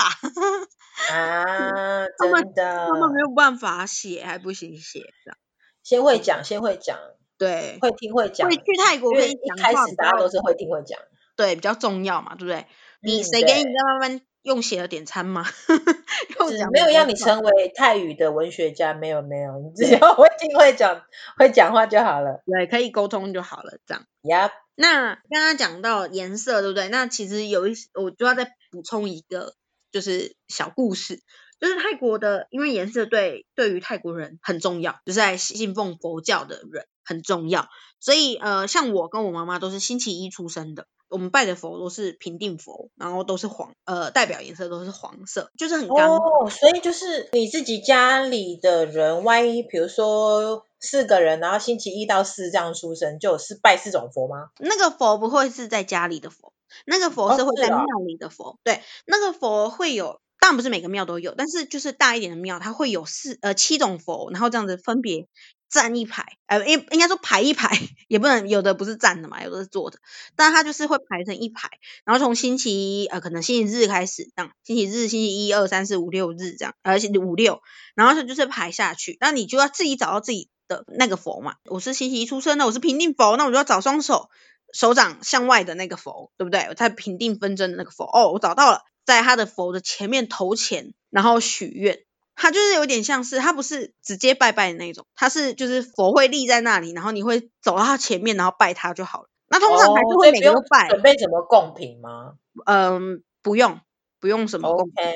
Speaker 2: 啊，
Speaker 1: 他们
Speaker 2: 真的
Speaker 1: 他，们没有办法写，还不行写这样。
Speaker 2: 先会讲，先会讲，
Speaker 1: 对，
Speaker 2: 会听会讲
Speaker 1: 会。去泰国
Speaker 2: 因
Speaker 1: 跟
Speaker 2: 为
Speaker 1: 你
Speaker 2: 一
Speaker 1: 讲
Speaker 2: 开
Speaker 1: 话
Speaker 2: 始
Speaker 1: 比
Speaker 2: 大家
Speaker 1: 较
Speaker 2: 都是会听会讲，
Speaker 1: 对，比较重要嘛，对不对？你
Speaker 2: 嗯
Speaker 1: 谁给你
Speaker 2: 对
Speaker 1: 在慢慢用写的点餐吗？ 用
Speaker 2: 只
Speaker 1: 讲
Speaker 2: 没有
Speaker 1: 要
Speaker 2: 让你成为泰语的文学家，没有没有，你只要会听会讲会讲话就好了。
Speaker 1: 对，可以沟通就好了，这样。
Speaker 2: 呀，
Speaker 1: 那刚刚讲到颜色，对不对？那其实有一些，我就要再补充一个，就是小故事，就是泰国的，因为颜色对对于泰国人很重要，就是在信奉佛教的人很重要，所以呃，像我跟我妈妈都是星期一出生的。我们拜的佛都是平定佛，然后都是黄，呃，代表颜色都是黄色，就是很刚好。
Speaker 2: 哦，所以就是你自己家里的人，万一比如说四个人，然后星期一到四这样出生，就是拜四种佛吗？
Speaker 1: 那个佛不会是在家里的佛，那个佛
Speaker 2: 哦
Speaker 1: 是会
Speaker 2: 是
Speaker 1: 在
Speaker 2: 啊
Speaker 1: 庙里的佛。对，那个佛会有，当然不是每个庙都有，但是就是大一点的庙，它会有四呃七种佛，然后这样子分别站一排，呃，应应该说排一排， 也不能有的不是站的嘛，有的是坐的，但它就是会排成一排，然后从星期呃可能星期日开始这样，星期日、星期一、二、三、四、五、六日这样，而且五六，然后它就是排下去，那你就要自己找到自己。的那个佛嘛，我是星期一出生的，我是平定佛，那我就要找双手，手掌向外的那个佛，对不对？我在平定纷争的那个佛，哦，我找到了，在他的佛的前面头前，然后许愿。他就是有点像是，他不是直接拜拜的那种，他是就是佛会立在那里，然后你会走到他前面，然后拜他就好了。那通常还
Speaker 2: 哦
Speaker 1: 是
Speaker 2: 所
Speaker 1: 会
Speaker 2: 以
Speaker 1: 每
Speaker 2: 不
Speaker 1: 个
Speaker 2: 用
Speaker 1: 都拜，
Speaker 2: 准备什么贡品吗
Speaker 1: 嗯，不用不用什么供品，
Speaker 2: 哦？OK，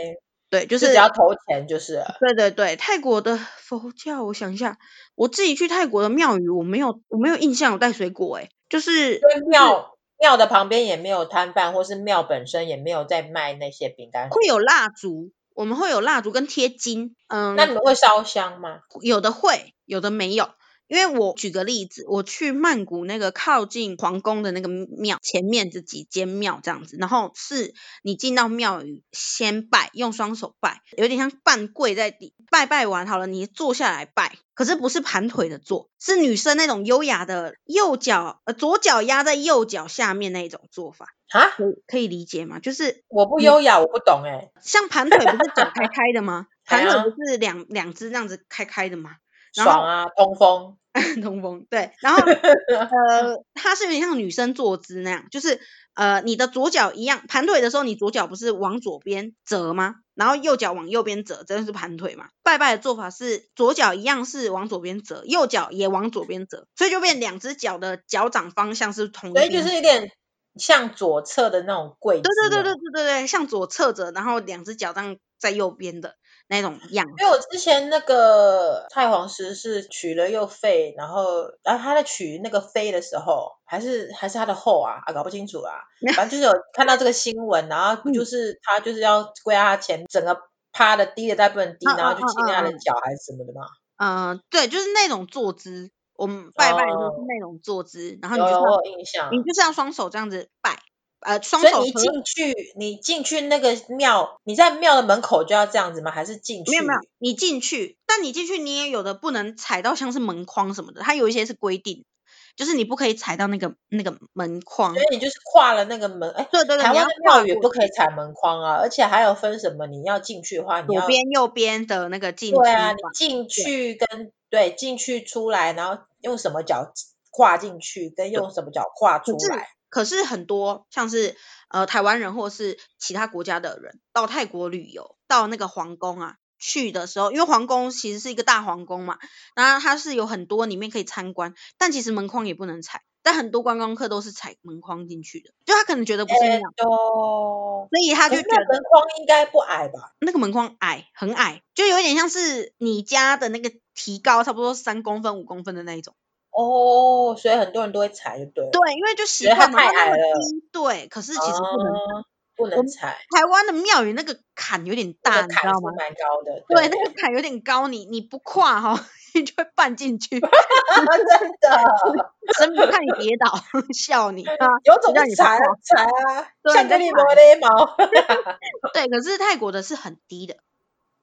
Speaker 1: 对，就
Speaker 2: 嗯就是只要投钱就是了。
Speaker 1: 对对对，泰国的佛教，我想一下，我自己去泰国的庙宇，我没有我没有印象有带水果、欸，就是
Speaker 2: 因为庙庙的旁边也没有摊贩，或是庙本身也没有在卖那些饼干。
Speaker 1: 会有蜡烛，我们会有蜡烛跟贴金，嗯，
Speaker 2: 那你们会烧香吗？
Speaker 1: 有的会，有的没有，因因为我举个例子，我去曼谷那个靠近皇宫的那个庙前面这几间庙这样子，然后是你进到庙宇先拜，用双手拜，有点像半跪在地，拜拜完好了，你坐下来拜，可是不是盘腿的坐，是女生那种优雅的右脚呃左脚压在右脚下面那一种做法，
Speaker 2: 啊，
Speaker 1: 可以可以理解吗？就是
Speaker 2: 我不优雅，我不懂哎、
Speaker 1: 像盘腿不是脚开开的吗？盘
Speaker 2: 哎呀
Speaker 1: 腿不是两两只这样子开开的吗？然后
Speaker 2: 爽啊，通风，
Speaker 1: 通风对，然后呃，它是有点像女生坐姿那样，就是呃，你的左脚一样盘腿的时候，你左脚不是往左边折吗？然后右脚往右边折，这就是盘腿嘛。拜拜的做法是左脚一样是往左边折，右脚也往左边折，所以就变两只脚的脚掌方向是同一
Speaker 2: 所
Speaker 1: 边
Speaker 2: 以
Speaker 1: 的。
Speaker 2: 就是有点像左侧的那种跪姿、
Speaker 1: 嗯对对对对。对对对，向左侧着，然后两只脚这样在右边的那种样子。
Speaker 2: 因为我之前那个太皇石是取了又废，然后然后他在取那个妃的时候，还是还是他的后啊啊搞不清楚 啊，反正就是有看到这个新闻，然后
Speaker 1: 嗯
Speaker 2: 就是他就是要跪在他前，整个趴的低的再不能低，
Speaker 1: 嗯
Speaker 2: 然后就
Speaker 1: 嗯
Speaker 2: 亲
Speaker 1: 嗯
Speaker 2: 他的
Speaker 1: 嗯
Speaker 2: 脚还是什么的嘛，
Speaker 1: 嗯，对，就是那种坐姿，我们拜拜的时候
Speaker 2: 哦
Speaker 1: 是那种坐姿，然后你
Speaker 2: 有
Speaker 1: 就是
Speaker 2: 有
Speaker 1: 要
Speaker 2: 我有印象。
Speaker 1: 你就是要双手这样子拜，呃，双
Speaker 2: 嗯所以
Speaker 1: 手
Speaker 2: 你一
Speaker 1: 合
Speaker 2: 进去，你进去那个庙，你在庙的门口就要这样子吗？还是进去？
Speaker 1: 没有没有，你进去，但你进去你也有的不能踩到像是门框什么的，它有一些是规定，就是你不可以踩到那个那个门框
Speaker 2: 所。以你就是跨了那个门，哎，
Speaker 1: 对对对，
Speaker 2: 台
Speaker 1: 你要
Speaker 2: 湾的
Speaker 1: 跨
Speaker 2: 庙宇
Speaker 1: 过
Speaker 2: 不可以踩门框啊，而且还有分什么，你要进去的话，你
Speaker 1: 左
Speaker 2: 要
Speaker 1: 边右边的那个进出
Speaker 2: 对啊，
Speaker 1: 吧
Speaker 2: 你。进去跟对进去出来，然后用什么脚跨进去，跟用什么脚跨出
Speaker 1: 可是
Speaker 2: 来，
Speaker 1: 可是很多像是呃台湾人或是其他国家的人到泰国旅游，到那个皇宫啊去的时候，因为皇宫其实是一个大皇宫嘛，然后它是有很多里面可以参观，但其实门框也不能踩，但很多观光客都是踩门框进去的，就他可能觉得不是那
Speaker 2: 哎
Speaker 1: 样，
Speaker 2: 呦，
Speaker 1: 所以他
Speaker 2: 可
Speaker 1: 就是觉
Speaker 2: 呃那
Speaker 1: 得
Speaker 2: 门框应该不矮吧？
Speaker 1: 那个门框矮，很矮，就有点像是你家的那个提高差不多三公分五公分的那一种。
Speaker 2: 哦，所以很多人都会踩，就对了。
Speaker 1: 对，因为就习
Speaker 2: 觉得它
Speaker 1: 惯嘛，它
Speaker 2: 太
Speaker 1: 那
Speaker 2: 矮
Speaker 1: 么
Speaker 2: 了
Speaker 1: 低，对，可是其实不能。
Speaker 2: 哦，不
Speaker 1: 我
Speaker 2: 能
Speaker 1: 们
Speaker 2: 踩，
Speaker 1: 台湾的庙宇那个坎有点
Speaker 2: 那
Speaker 1: 大，
Speaker 2: 个
Speaker 1: 你知
Speaker 2: 坎
Speaker 1: 道
Speaker 2: 是
Speaker 1: 吗？
Speaker 2: 蛮高的，
Speaker 1: 对，那个坎有点高，你你不跨哈、 你就会绊进 去，
Speaker 2: 真 的。
Speaker 1: 神明怕你跌倒， 笑 你啊，
Speaker 2: 有种
Speaker 1: 就
Speaker 2: 就
Speaker 1: 让你不
Speaker 2: 踩啊
Speaker 1: 跨。
Speaker 2: 踩啊，
Speaker 1: 对
Speaker 2: 像
Speaker 1: 你
Speaker 2: 个
Speaker 1: 在
Speaker 2: 你
Speaker 1: 踩
Speaker 2: 没礼貌。
Speaker 1: 对，可是泰国的是很低的，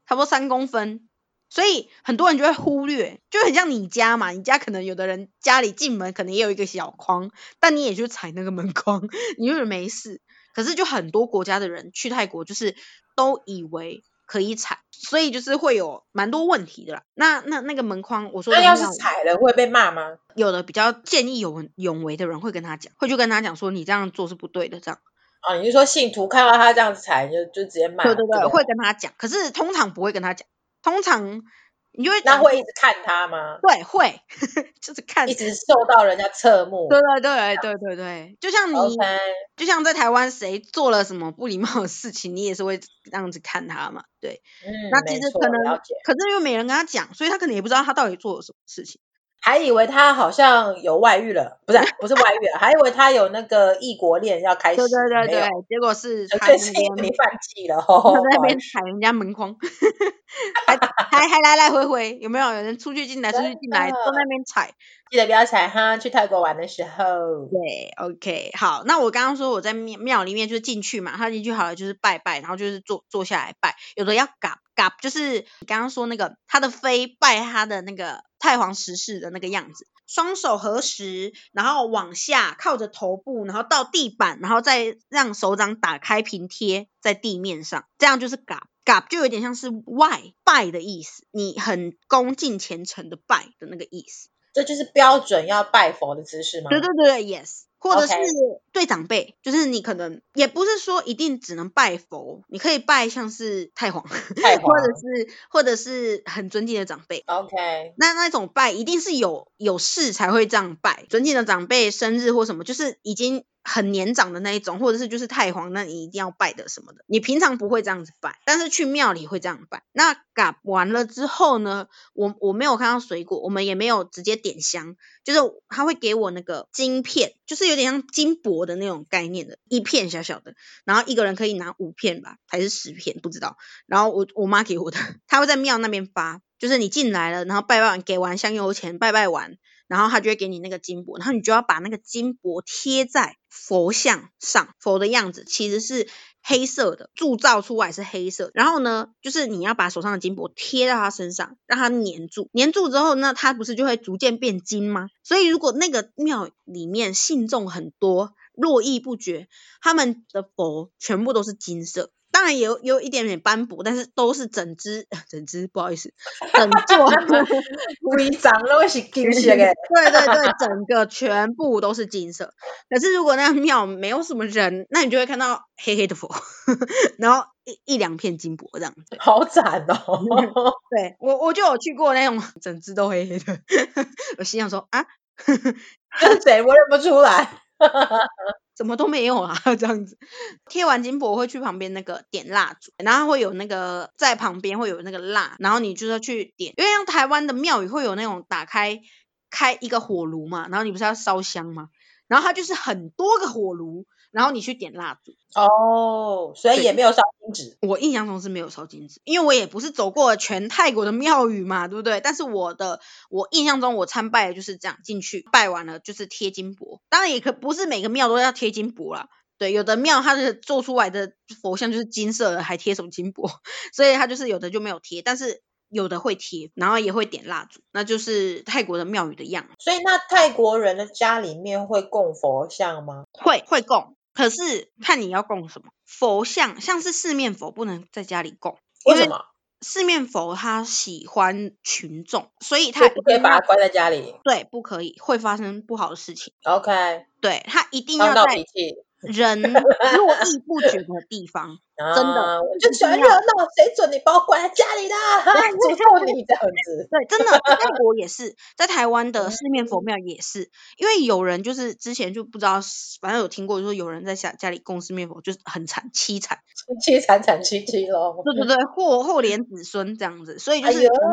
Speaker 1: 差不多三公分，所以很多人就会忽略，就很像你家嘛，你家可能有的人家里进门可能也有一个小框，但你也去踩那个门框，你以为没事。可是就很多国家的人去泰国，就是都以为可以踩，所以就是会有蛮多问题的啦。那那那个门框，我说
Speaker 2: 那
Speaker 1: 的
Speaker 2: 要是
Speaker 1: 庙宇
Speaker 2: 踩了会被骂吗？
Speaker 1: 有的比较见义勇勇为的人会跟他讲，会去跟他讲说你这样做是不对的，这样。
Speaker 2: 啊，你是说信徒看到他这样子踩，你就就直接骂？
Speaker 1: 对对
Speaker 2: 不
Speaker 1: 对，会跟他讲，可是通常不会跟他讲，通常你就会
Speaker 2: 那
Speaker 1: 讲
Speaker 2: 会
Speaker 1: 说
Speaker 2: 一直看他吗？
Speaker 1: 对会， 就是看
Speaker 2: 一
Speaker 1: 对
Speaker 2: 直受到人家侧目。
Speaker 1: 对对对对对，就像你
Speaker 2: OK，
Speaker 1: 就像在台湾谁做了什么不礼貌的事情，你也是会这样子看他嘛，对，那
Speaker 2: 嗯，
Speaker 1: 其
Speaker 2: 没
Speaker 1: 实
Speaker 2: 错，
Speaker 1: 可能
Speaker 2: 了解。
Speaker 1: 可是又没人跟他讲，所以他可能也不知道他到底做了什么事情，
Speaker 2: 还以为他好像有外遇了， 不是不是外遇啊，还以为他有那个异国恋要开始，
Speaker 1: 对对对
Speaker 2: 没有
Speaker 1: 对，，结果是
Speaker 2: 纯
Speaker 1: 他
Speaker 2: 粹
Speaker 1: 在
Speaker 2: 是
Speaker 1: 那
Speaker 2: 因为
Speaker 1: 边
Speaker 2: 你犯忌了，哦吼 吼
Speaker 1: 他在那
Speaker 2: 不好意
Speaker 1: 边
Speaker 2: 思
Speaker 1: 踩人家门框， 还还还来来回回，有没有有人出去进来出去进来
Speaker 2: 真
Speaker 1: 都在那边踩。
Speaker 2: 记得不要踩哈，去泰国玩的时候。
Speaker 1: 对，OK，好，那我刚刚说我在庙庙里面就是进去嘛，他进去好了就是拜拜，然后就是坐坐下来拜，有的要嘎嘎，就是你刚刚说那个他的妃拜他的那个太皇十世的那个样子，双手合十，然后往下靠着头部，然后到地板，然后再让手掌打开平贴在地面上，这样就是嘎嘎，就有点像是外拜的意思，你很恭敬虔诚的拜的那个意思。
Speaker 2: 这就是标准要拜佛的姿势吗？
Speaker 1: 对对对对，yes，或者是
Speaker 2: OK
Speaker 1: 对长辈，就是你可能也不是说一定只能拜佛，你可以拜像是太皇，
Speaker 2: 太
Speaker 1: 或
Speaker 2: 皇
Speaker 1: 者是或者是很尊敬的长辈。
Speaker 2: OK，
Speaker 1: 那那种拜一定是有有事才会这样拜，尊敬的长辈生日或什么，就是已经很年长的那一种，或者是就是太皇，那你一定要拜的什么的，你平常不会这样子拜，但是去庙里会这样拜。那嘎完了之后呢，我我没有看到水果，我们也没有直接点香，就是他会给我那个金片，就是有点像金箔的那种概念的，一片小小的，然后一个人可以拿五片吧，还是十片，不知道。然后我我妈给我的， 她会在庙那边发，就是你进来了，然后拜拜完，给完香油钱，拜拜完，然后他就会给你那个金箔，然后你就要把那个金箔贴在佛像上，佛的样子其实是黑色的，铸造出来是黑色。然后呢，就是你要把手上的金箔贴到他身上，让他粘住，粘住之后呢，它不是就会逐渐变金吗？所以如果那个庙里面信众很多，络绎不绝，他们的佛全部都是金色。当然也有有一点点斑驳，但是都是整只 整只，不好意思，整座
Speaker 2: 规章都是金 色的，
Speaker 1: 对对对，整个全部都是金色。可是如果那庙没有什么人，那你就会看到黑黑的佛， 然后一一两片金箔这样。对，
Speaker 2: 好惨 哦！
Speaker 1: 对我我就有去过那种 整只都黑黑的， 我心想说啊，
Speaker 2: 这是谁？我认不出来。
Speaker 1: 怎么都没有啊， 这样子。贴完金箔会去旁边那个点蜡烛，然后会有那个在旁边会有那个蜡，然后你就要去点，因为像台湾的庙宇会有那种打开开一个火炉嘛，然后你不是要烧香吗？然后它就是很多个火炉，然后你去点蜡烛。
Speaker 2: 哦，所以也没有烧金纸。
Speaker 1: 我印象中是没有烧金纸，因为我也不是走过全泰国的庙宇嘛，对不对？但是我的我印象中我参拜的就是这样进去，拜完了就是贴金箔，当然也可不是每个庙都要贴金箔啦。对，有的庙它的做出来的佛像就是金色的，还贴什么金箔， 所以它就是有的就没有贴，但是有的会贴，然后也会点蜡烛，那就是泰国的庙宇的样子。
Speaker 2: 所以那泰国人的家里面会供佛像吗？
Speaker 1: 会会供，可是看你要供什么佛像，像是四面佛不能在家里供，
Speaker 2: 为什么？
Speaker 1: 四面佛他喜欢群众，所以
Speaker 2: 就
Speaker 1: 他
Speaker 2: 不可以把它关在家里
Speaker 1: 对不可以会发生不好的事情，
Speaker 2: ？OK，
Speaker 1: 对他一定
Speaker 2: 闹
Speaker 1: 要
Speaker 2: 闹
Speaker 1: 在
Speaker 2: 脾气。
Speaker 1: 人络绎不绝的地方。真的
Speaker 2: 啊，我就喜欢热闹，谁准你把我关在家 里的？诅咒你这样子。
Speaker 1: 对，真的，在泰国也是，在台湾的四面
Speaker 2: 嗯
Speaker 1: 佛庙也是，因为有人就是之前就不知道，反正有听过，说有人在家家里供四面佛，就是很惨凄惨，
Speaker 2: 凄凄惨惨戚戚咯。
Speaker 1: 对对对，祸祸连子孙这样子，所以就
Speaker 2: 哎
Speaker 1: 是
Speaker 2: 呦
Speaker 1: 反正、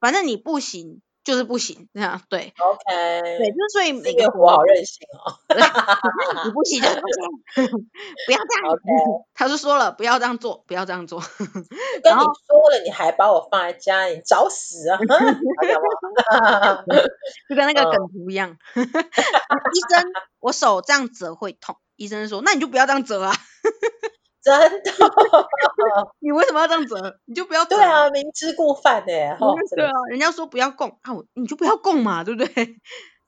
Speaker 1: 反正你不行就是不行，这样对
Speaker 2: ，OK，
Speaker 1: 对，就是所以每
Speaker 2: 这
Speaker 1: 个
Speaker 2: 个
Speaker 1: 佛
Speaker 2: 火好任性哦。
Speaker 1: 你不行就是不行， 不要这样
Speaker 2: OK，
Speaker 1: 他就说了不要这样做，不要这样 做，
Speaker 2: 就跟你说了，你还把我放在家里，你找死 啊！ 好不好
Speaker 1: 就跟那
Speaker 2: 嗯
Speaker 1: 个梗图一样， 啊医生我手这样折会痛，医生说那你就不要这样折啊。
Speaker 2: 真 的，
Speaker 1: 你为什么要这样折？你就不要折
Speaker 2: 对啊，明知故犯哎，哈，
Speaker 1: 对啊，人家说不要供啊，我你就不要供嘛，对不 对？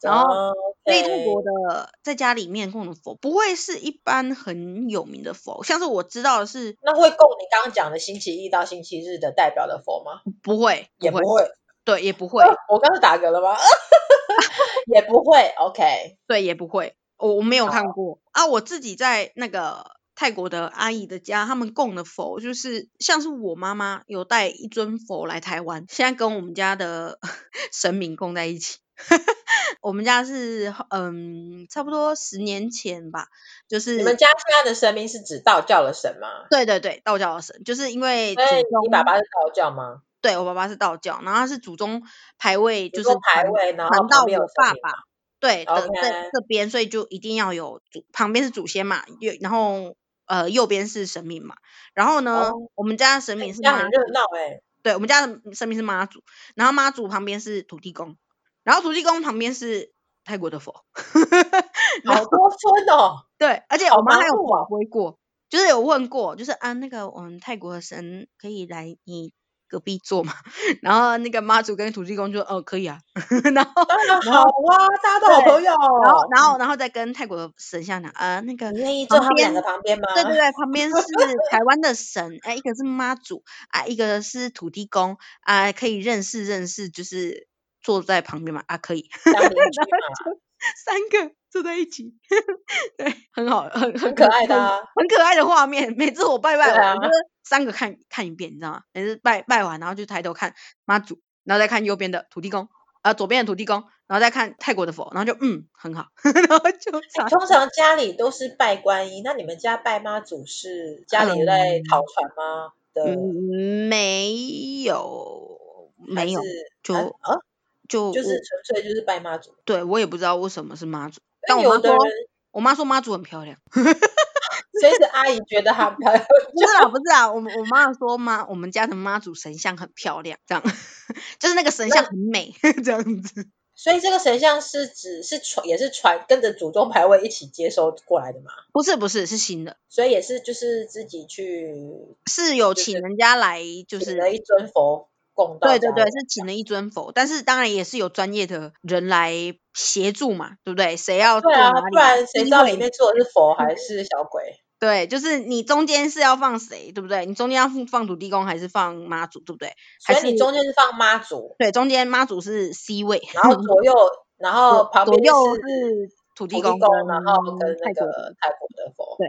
Speaker 1: 然后
Speaker 2: 后
Speaker 1: 所以泰国的在家里面供的佛不会是一般很有名的佛，像是我知道的是
Speaker 2: 那会供你刚刚讲的星期一到星期日的代表的佛吗？
Speaker 1: 不会，
Speaker 2: 也
Speaker 1: 不
Speaker 2: 不
Speaker 1: 会，
Speaker 2: 会。
Speaker 1: 对，也不会，
Speaker 2: 我刚刚打嗝了吗？ 也不会。OK，
Speaker 1: 对，也不会，我我没
Speaker 2: 哦
Speaker 1: 有看过啊。我自己在那个泰国的阿姨的家，他们供的佛就是像是我妈妈有带一尊佛来台湾，现在跟我们家的 神明供在一起。 我们家是嗯，差不多十年前吧， 就是
Speaker 2: 你们家现在的神明是指道教的神吗？
Speaker 1: 对对对，道教的神，就是因为祖
Speaker 2: 所以哎你
Speaker 1: 宗
Speaker 2: 爸爸是道教吗？
Speaker 1: 对我爸爸是道教，然后他是祖宗牌位，
Speaker 2: 你
Speaker 1: 就是
Speaker 2: 说牌
Speaker 1: 传
Speaker 2: 位，然后
Speaker 1: 传到
Speaker 2: 旁边有
Speaker 1: 我
Speaker 2: 神
Speaker 1: 爸
Speaker 2: 明
Speaker 1: 爸
Speaker 2: 吗
Speaker 1: 对的
Speaker 2: OK
Speaker 1: 这这边，所以就一定要有祖旁边是祖先嘛，右然后呃右边是神明嘛，然后呢、
Speaker 2: 哦
Speaker 1: 我们家的神
Speaker 2: 哎
Speaker 1: 明是
Speaker 2: 这样
Speaker 1: 妈
Speaker 2: 很，热闹 哎。
Speaker 1: 对我们家的神明是妈祖，然后妈祖旁边是土地公，然后土地公旁边是泰国的佛，
Speaker 2: 好多分哦，
Speaker 1: 对，而且
Speaker 2: 好
Speaker 1: 我妈
Speaker 2: 忙
Speaker 1: 还有
Speaker 2: 碌哦
Speaker 1: 法规过，就是有问过，就是啊，那个我们泰国的神可以来你隔壁坐嘛？ 然后那个妈祖跟土地公就哦可以啊， 然后
Speaker 2: 当然
Speaker 1: 然后
Speaker 2: 好啊，大家都好朋
Speaker 1: 然
Speaker 2: 友。然
Speaker 1: 后然后然后再跟泰国的神像讲啊，那个
Speaker 2: 哦嗯你愿意坐他们两个旁边吗？
Speaker 1: 对对对，旁边是台湾的神，哎，一个是妈祖啊，一个是土地公啊，可以认识认识，就是坐在旁边嘛啊可以，
Speaker 2: 当邻居嘛，
Speaker 1: 三个坐在一起， 对，很好，很很
Speaker 2: 很可爱的啊。
Speaker 1: 很可爱的画面。每次我拜拜
Speaker 2: 对
Speaker 1: 完，我就
Speaker 2: 啊
Speaker 1: 是三个看看一遍，你知道吗？每次拜拜完，然后就抬头看妈祖，然后再看右边的土地公，啊、左边的土地公，然后再看泰国的佛，然后就嗯很好， 然后就
Speaker 2: 哎
Speaker 1: 差
Speaker 2: 通常家里都是拜观音，那你们家拜妈祖是家里有在
Speaker 1: 嗯
Speaker 2: 讨传吗？的
Speaker 1: 嗯没有
Speaker 2: 还
Speaker 1: 没
Speaker 2: 是
Speaker 1: 有就
Speaker 2: 啊啊，
Speaker 1: 就
Speaker 2: 就是
Speaker 1: 我
Speaker 2: 纯粹就是拜妈祖。
Speaker 1: 对我也不知道为什么是妈祖，但
Speaker 2: 但
Speaker 1: 我妈
Speaker 2: 有的
Speaker 1: 说
Speaker 2: 人
Speaker 1: 我我妈说妈祖很漂 亮，
Speaker 2: 所以是阿姨觉得她漂亮，
Speaker 1: 不是啊，不是啊，我们我妈说妈，我们家的妈祖神像很漂亮，这样， 就是那个神像很美， 这样子。
Speaker 2: 所以这个神像是指是传也是传跟着祖宗牌位一起接收过来的嘛，
Speaker 1: 不是不是是新的，
Speaker 2: 所以也是就是自己去
Speaker 1: 是有请人家来，就
Speaker 2: 请
Speaker 1: 是
Speaker 2: 了一尊佛供到
Speaker 1: 对对
Speaker 2: 家
Speaker 1: 对，
Speaker 2: 里
Speaker 1: 是请了一尊佛，但是当然也是有专业的人来协助嘛，对不对？谁要
Speaker 2: 对啊
Speaker 1: 做哪，里
Speaker 2: 不然谁知道
Speaker 1: 一定会嗯
Speaker 2: 里面坐的是佛还是小鬼？
Speaker 1: 对，就是你中间是要放谁，对不对？你中间要放放土地公还是放妈祖，对不对？还
Speaker 2: 所
Speaker 1: 是
Speaker 2: 以你中间是放妈祖，
Speaker 1: 对，中间妈祖是 C 位，
Speaker 2: 然后左右，然后旁
Speaker 1: 嗯左
Speaker 2: 边
Speaker 1: 右
Speaker 2: 就是
Speaker 1: 是土
Speaker 2: 土地
Speaker 1: 地
Speaker 2: 公
Speaker 1: 公，，
Speaker 2: 然后跟那
Speaker 1: 泰国
Speaker 2: 个泰国的佛
Speaker 1: 对。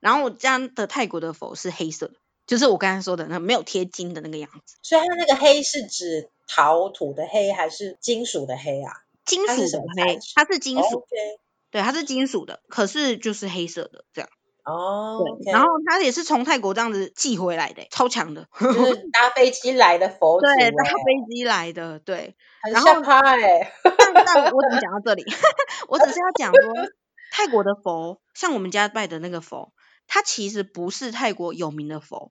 Speaker 1: 然后我家的泰国的佛是黑色的，就是我刚才说的那没有贴金的那个样子，
Speaker 2: 所以它那个黑是指陶土的黑还是金属的黑啊？
Speaker 1: 金
Speaker 2: 它
Speaker 1: 属
Speaker 2: 是什
Speaker 1: 的
Speaker 2: 么材
Speaker 1: 黑
Speaker 2: 质，哦
Speaker 1: 它是金属
Speaker 2: o k
Speaker 1: 对，它是金属的，可是就是黑色的这样。
Speaker 2: 哦
Speaker 1: 对
Speaker 2: OK
Speaker 1: 然后它也是从泰国这样子寄回来的，超强的，
Speaker 2: 就是搭飞机来的佛祖、欸，
Speaker 1: 对，搭飞机来的，对。
Speaker 2: 很
Speaker 1: 然
Speaker 2: 吓
Speaker 1: 后
Speaker 2: 趴哎。
Speaker 1: 但但我只讲到这里， 我只是要讲 说，泰国的佛，像我们家拜的那个佛，它其实不是泰国有名的佛。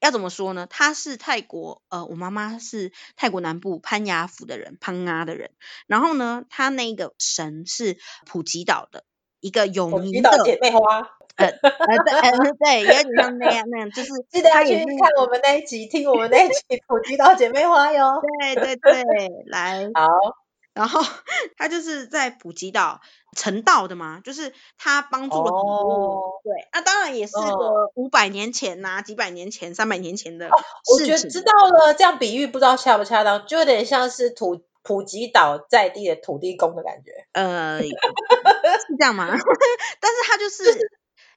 Speaker 1: 要怎么说呢？他是泰国，呃，我妈妈是泰国南部攀雅府的人，攀阿的人。然后呢，他那个神是普吉岛的一个有
Speaker 2: 我祈
Speaker 1: 名的，
Speaker 2: 祷姐妹花，
Speaker 1: 呃，对，呃，对，有点像那样那样，就是
Speaker 2: 记得
Speaker 1: 他
Speaker 2: 要
Speaker 1: 也
Speaker 2: 去
Speaker 1: 是
Speaker 2: 看我们那一集，听我们那一集 普祈祷姐妹花哟。
Speaker 1: 对对对，来，
Speaker 2: 好，
Speaker 1: 然后 他就是在普吉岛成道的嘛，就是他帮助了很多。
Speaker 2: 哦，
Speaker 1: 对，那、当然也是
Speaker 2: 嗯哦
Speaker 1: 个五百年前呐、几百年前、三百年前的
Speaker 2: 我
Speaker 1: 事
Speaker 2: 觉得
Speaker 1: 情
Speaker 2: 知道了，这样比喻不知道恰不恰当，就有点像是土普吉岛在地的土地公的感觉。
Speaker 1: 呃，是这样吗？但 是他就是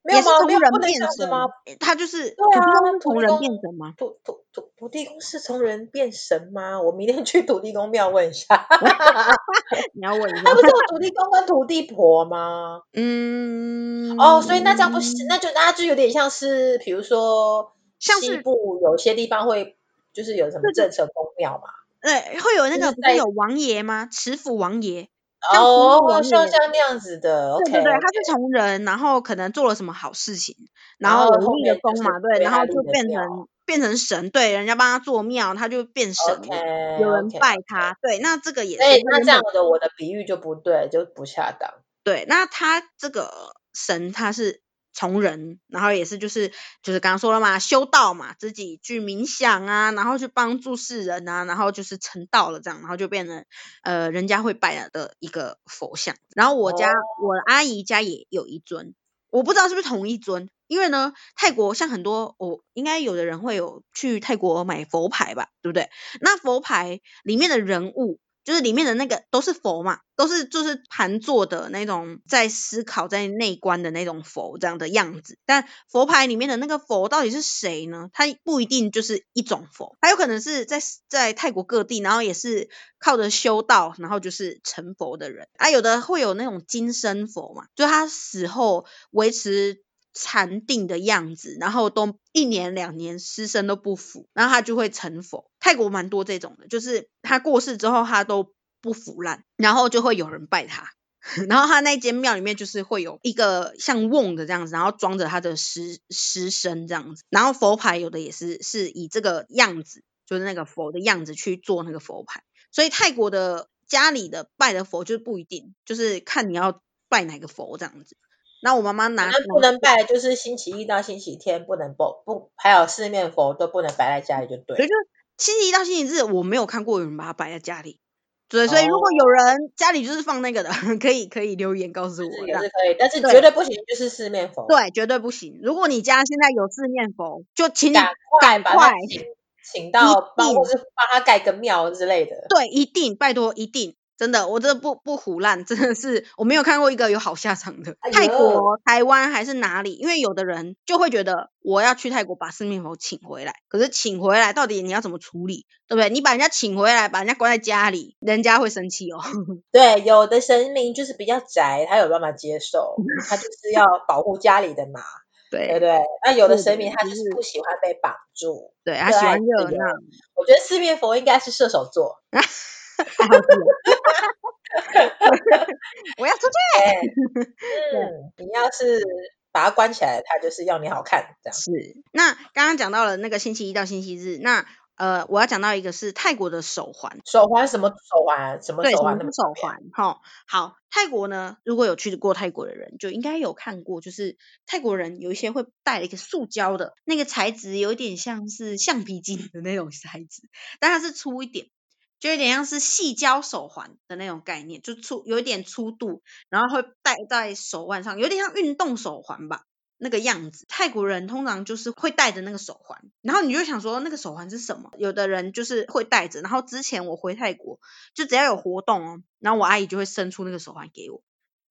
Speaker 2: 没有
Speaker 1: 也是
Speaker 2: 吗
Speaker 1: 从
Speaker 2: 没有
Speaker 1: 人
Speaker 2: 不能
Speaker 1: 变
Speaker 2: 这样子
Speaker 1: 身
Speaker 2: 吗？
Speaker 1: 他就是土地
Speaker 2: 对啊
Speaker 1: 公是
Speaker 2: 土
Speaker 1: 从
Speaker 2: 地
Speaker 1: 人
Speaker 2: 公
Speaker 1: 变身吗？
Speaker 2: 土土土土地公是从人变神吗？我明天去土地公庙问一下。
Speaker 1: 你要问一下
Speaker 2: 他。不是有土地公跟土地婆吗？
Speaker 1: 嗯，
Speaker 2: 哦，所以那这样不是，那就那就有点像是，比如说
Speaker 1: 像
Speaker 2: 西
Speaker 1: 是
Speaker 2: 部有些地方会就是有什么郑成功庙嘛。
Speaker 1: 对，会有那
Speaker 2: 就是
Speaker 1: 个不
Speaker 2: 在
Speaker 1: 是有王爷吗？持府王爷，像西部
Speaker 2: 哦，
Speaker 1: 王
Speaker 2: 像
Speaker 1: 爷
Speaker 2: 像那样子的，OK，
Speaker 1: 对对对，他是从人，然后可能做了什么好事情，然
Speaker 2: 然
Speaker 1: 后
Speaker 2: 后
Speaker 1: 有
Speaker 2: 哦后
Speaker 1: 立了
Speaker 2: 面就
Speaker 1: 功
Speaker 2: 是
Speaker 1: 嘛，对，
Speaker 2: 对
Speaker 1: 然
Speaker 2: 他
Speaker 1: 后
Speaker 2: 立
Speaker 1: 就
Speaker 2: 了
Speaker 1: 变
Speaker 2: 庙
Speaker 1: 成变成神，对，人家帮他做庙，他就变神
Speaker 2: OK
Speaker 1: 了，有人
Speaker 2: OK。
Speaker 1: 拜他，对，那这个也
Speaker 2: 所
Speaker 1: 是
Speaker 2: 以
Speaker 1: 他
Speaker 2: 那
Speaker 1: 原
Speaker 2: 这样
Speaker 1: 本
Speaker 2: 的我的比喻就不对，就不恰当。
Speaker 1: 对，那他这个神他是从人，然后也是就是就是刚刚说了嘛，修道嘛，自己去冥想啊，然后去帮助世人啊，然后就是成道了这样，然后就变成呃人家会拜的一个佛像。然后我家、
Speaker 2: 哦
Speaker 1: 我阿姨家也有一尊，我不知道是不是同一尊，因为呢泰国像很多我、应该有的人会有去泰国买佛牌吧，对不对？那佛牌里面的人物，就是里面的那个都是佛嘛，都是就是盘坐的那种，在思考、在内观的那种佛这样的样子。但佛牌里面的那个佛到底是谁呢？它不一定就是一种佛，它有可能是在在泰国各地，然后也是靠着修道，然后就是成佛的人。啊，有的会有那种金身佛嘛，就他死后维持禅定的样子，然后都一年两年尸身都不腐，然后他就会成佛。泰国蛮多这种的，就是他过世之后他都不腐烂，然后就会有人拜他。 然后他那间庙里面就是会有一个像瓮的这样子，然后装着他的尸尸身这样子，然后佛牌有的也是是以这个样子，就是那个佛的样子去做那个佛牌。所以泰国的家里的拜的佛就是不一定，就是看你要拜哪个佛这样子。那我妈妈拿
Speaker 2: 反
Speaker 1: 拿
Speaker 2: 正不能拜，就是星期一到星期天不能不不，还有四面佛都不能摆在家里就对
Speaker 1: 所以
Speaker 2: 了。
Speaker 1: 就星期一到星期日，我没有看过有人把它摆在家里。对，所以如果有人家里就是放那个的， 可以可以留言告诉
Speaker 2: 哦就是
Speaker 1: 我。
Speaker 2: 也
Speaker 1: 这
Speaker 2: 是
Speaker 1: 样
Speaker 2: 可以，但是
Speaker 1: 对
Speaker 2: 绝对不行就是四面佛。，
Speaker 1: 对，绝对不行。如果你家现在有四面佛，就请你
Speaker 2: 赶快
Speaker 1: 赶
Speaker 2: 把他
Speaker 1: 快，
Speaker 2: 请请到帮，
Speaker 1: 定
Speaker 2: 或是帮他盖个庙之类的。
Speaker 1: 对，一定，拜托，一定，真的，我这不不胡乱，真的是我没有看过一个有好下场的。
Speaker 2: 哎
Speaker 1: 泰
Speaker 2: 呦
Speaker 1: 国、台湾还是哪里？因为有的人就会觉得我要去泰国把四面佛请回来，可是请回来到底你要怎么处理，对不对？你把人家请回来，把人家关在家里，人家会生气哦。
Speaker 2: 对，有的神明就是比较宅，他有办法接 受，他就是要保护家里的嘛，对
Speaker 1: 对
Speaker 2: 不对？那有的
Speaker 1: 是
Speaker 2: 神
Speaker 1: 的
Speaker 2: 明他
Speaker 1: 就
Speaker 2: 就是
Speaker 1: 是
Speaker 2: 不喜欢被绑住，
Speaker 1: 对，他
Speaker 2: 热
Speaker 1: 喜
Speaker 2: 爱
Speaker 1: 欢
Speaker 2: 自
Speaker 1: 热
Speaker 2: 由
Speaker 1: 闹，
Speaker 2: 我觉得四面佛应该是射手座，
Speaker 1: 还好是有 我要出去。
Speaker 2: 哎，嗯，你要是把它关起来，它就是要你好看这样。
Speaker 1: 是，那刚刚讲到了那个星期一到星期日，那呃，我要讲到一个是泰国的手环，
Speaker 2: 手环什么手环？什么
Speaker 1: 对，
Speaker 2: 手
Speaker 1: 什
Speaker 2: 环
Speaker 1: 么
Speaker 2: 那么
Speaker 1: 是手
Speaker 2: 特别？
Speaker 1: 环？哈，好，泰国呢，如果有去过泰国的人，就应该有看过，就是泰国人有一些会戴一个塑胶的，那个材质有一点像是橡皮筋的那种材质，但它是粗一点。就有点像是细胶手环的那种概念，就粗有一点粗度，然后会戴在手腕上，有点像运动手环吧，那个样子。泰国人通常就是会戴着那个手环，然后你就想说那个手环是什么？有的人就是会戴着，然后之前我回泰国，就只要有活动哦，然后我阿姨就会伸出那个手环给我，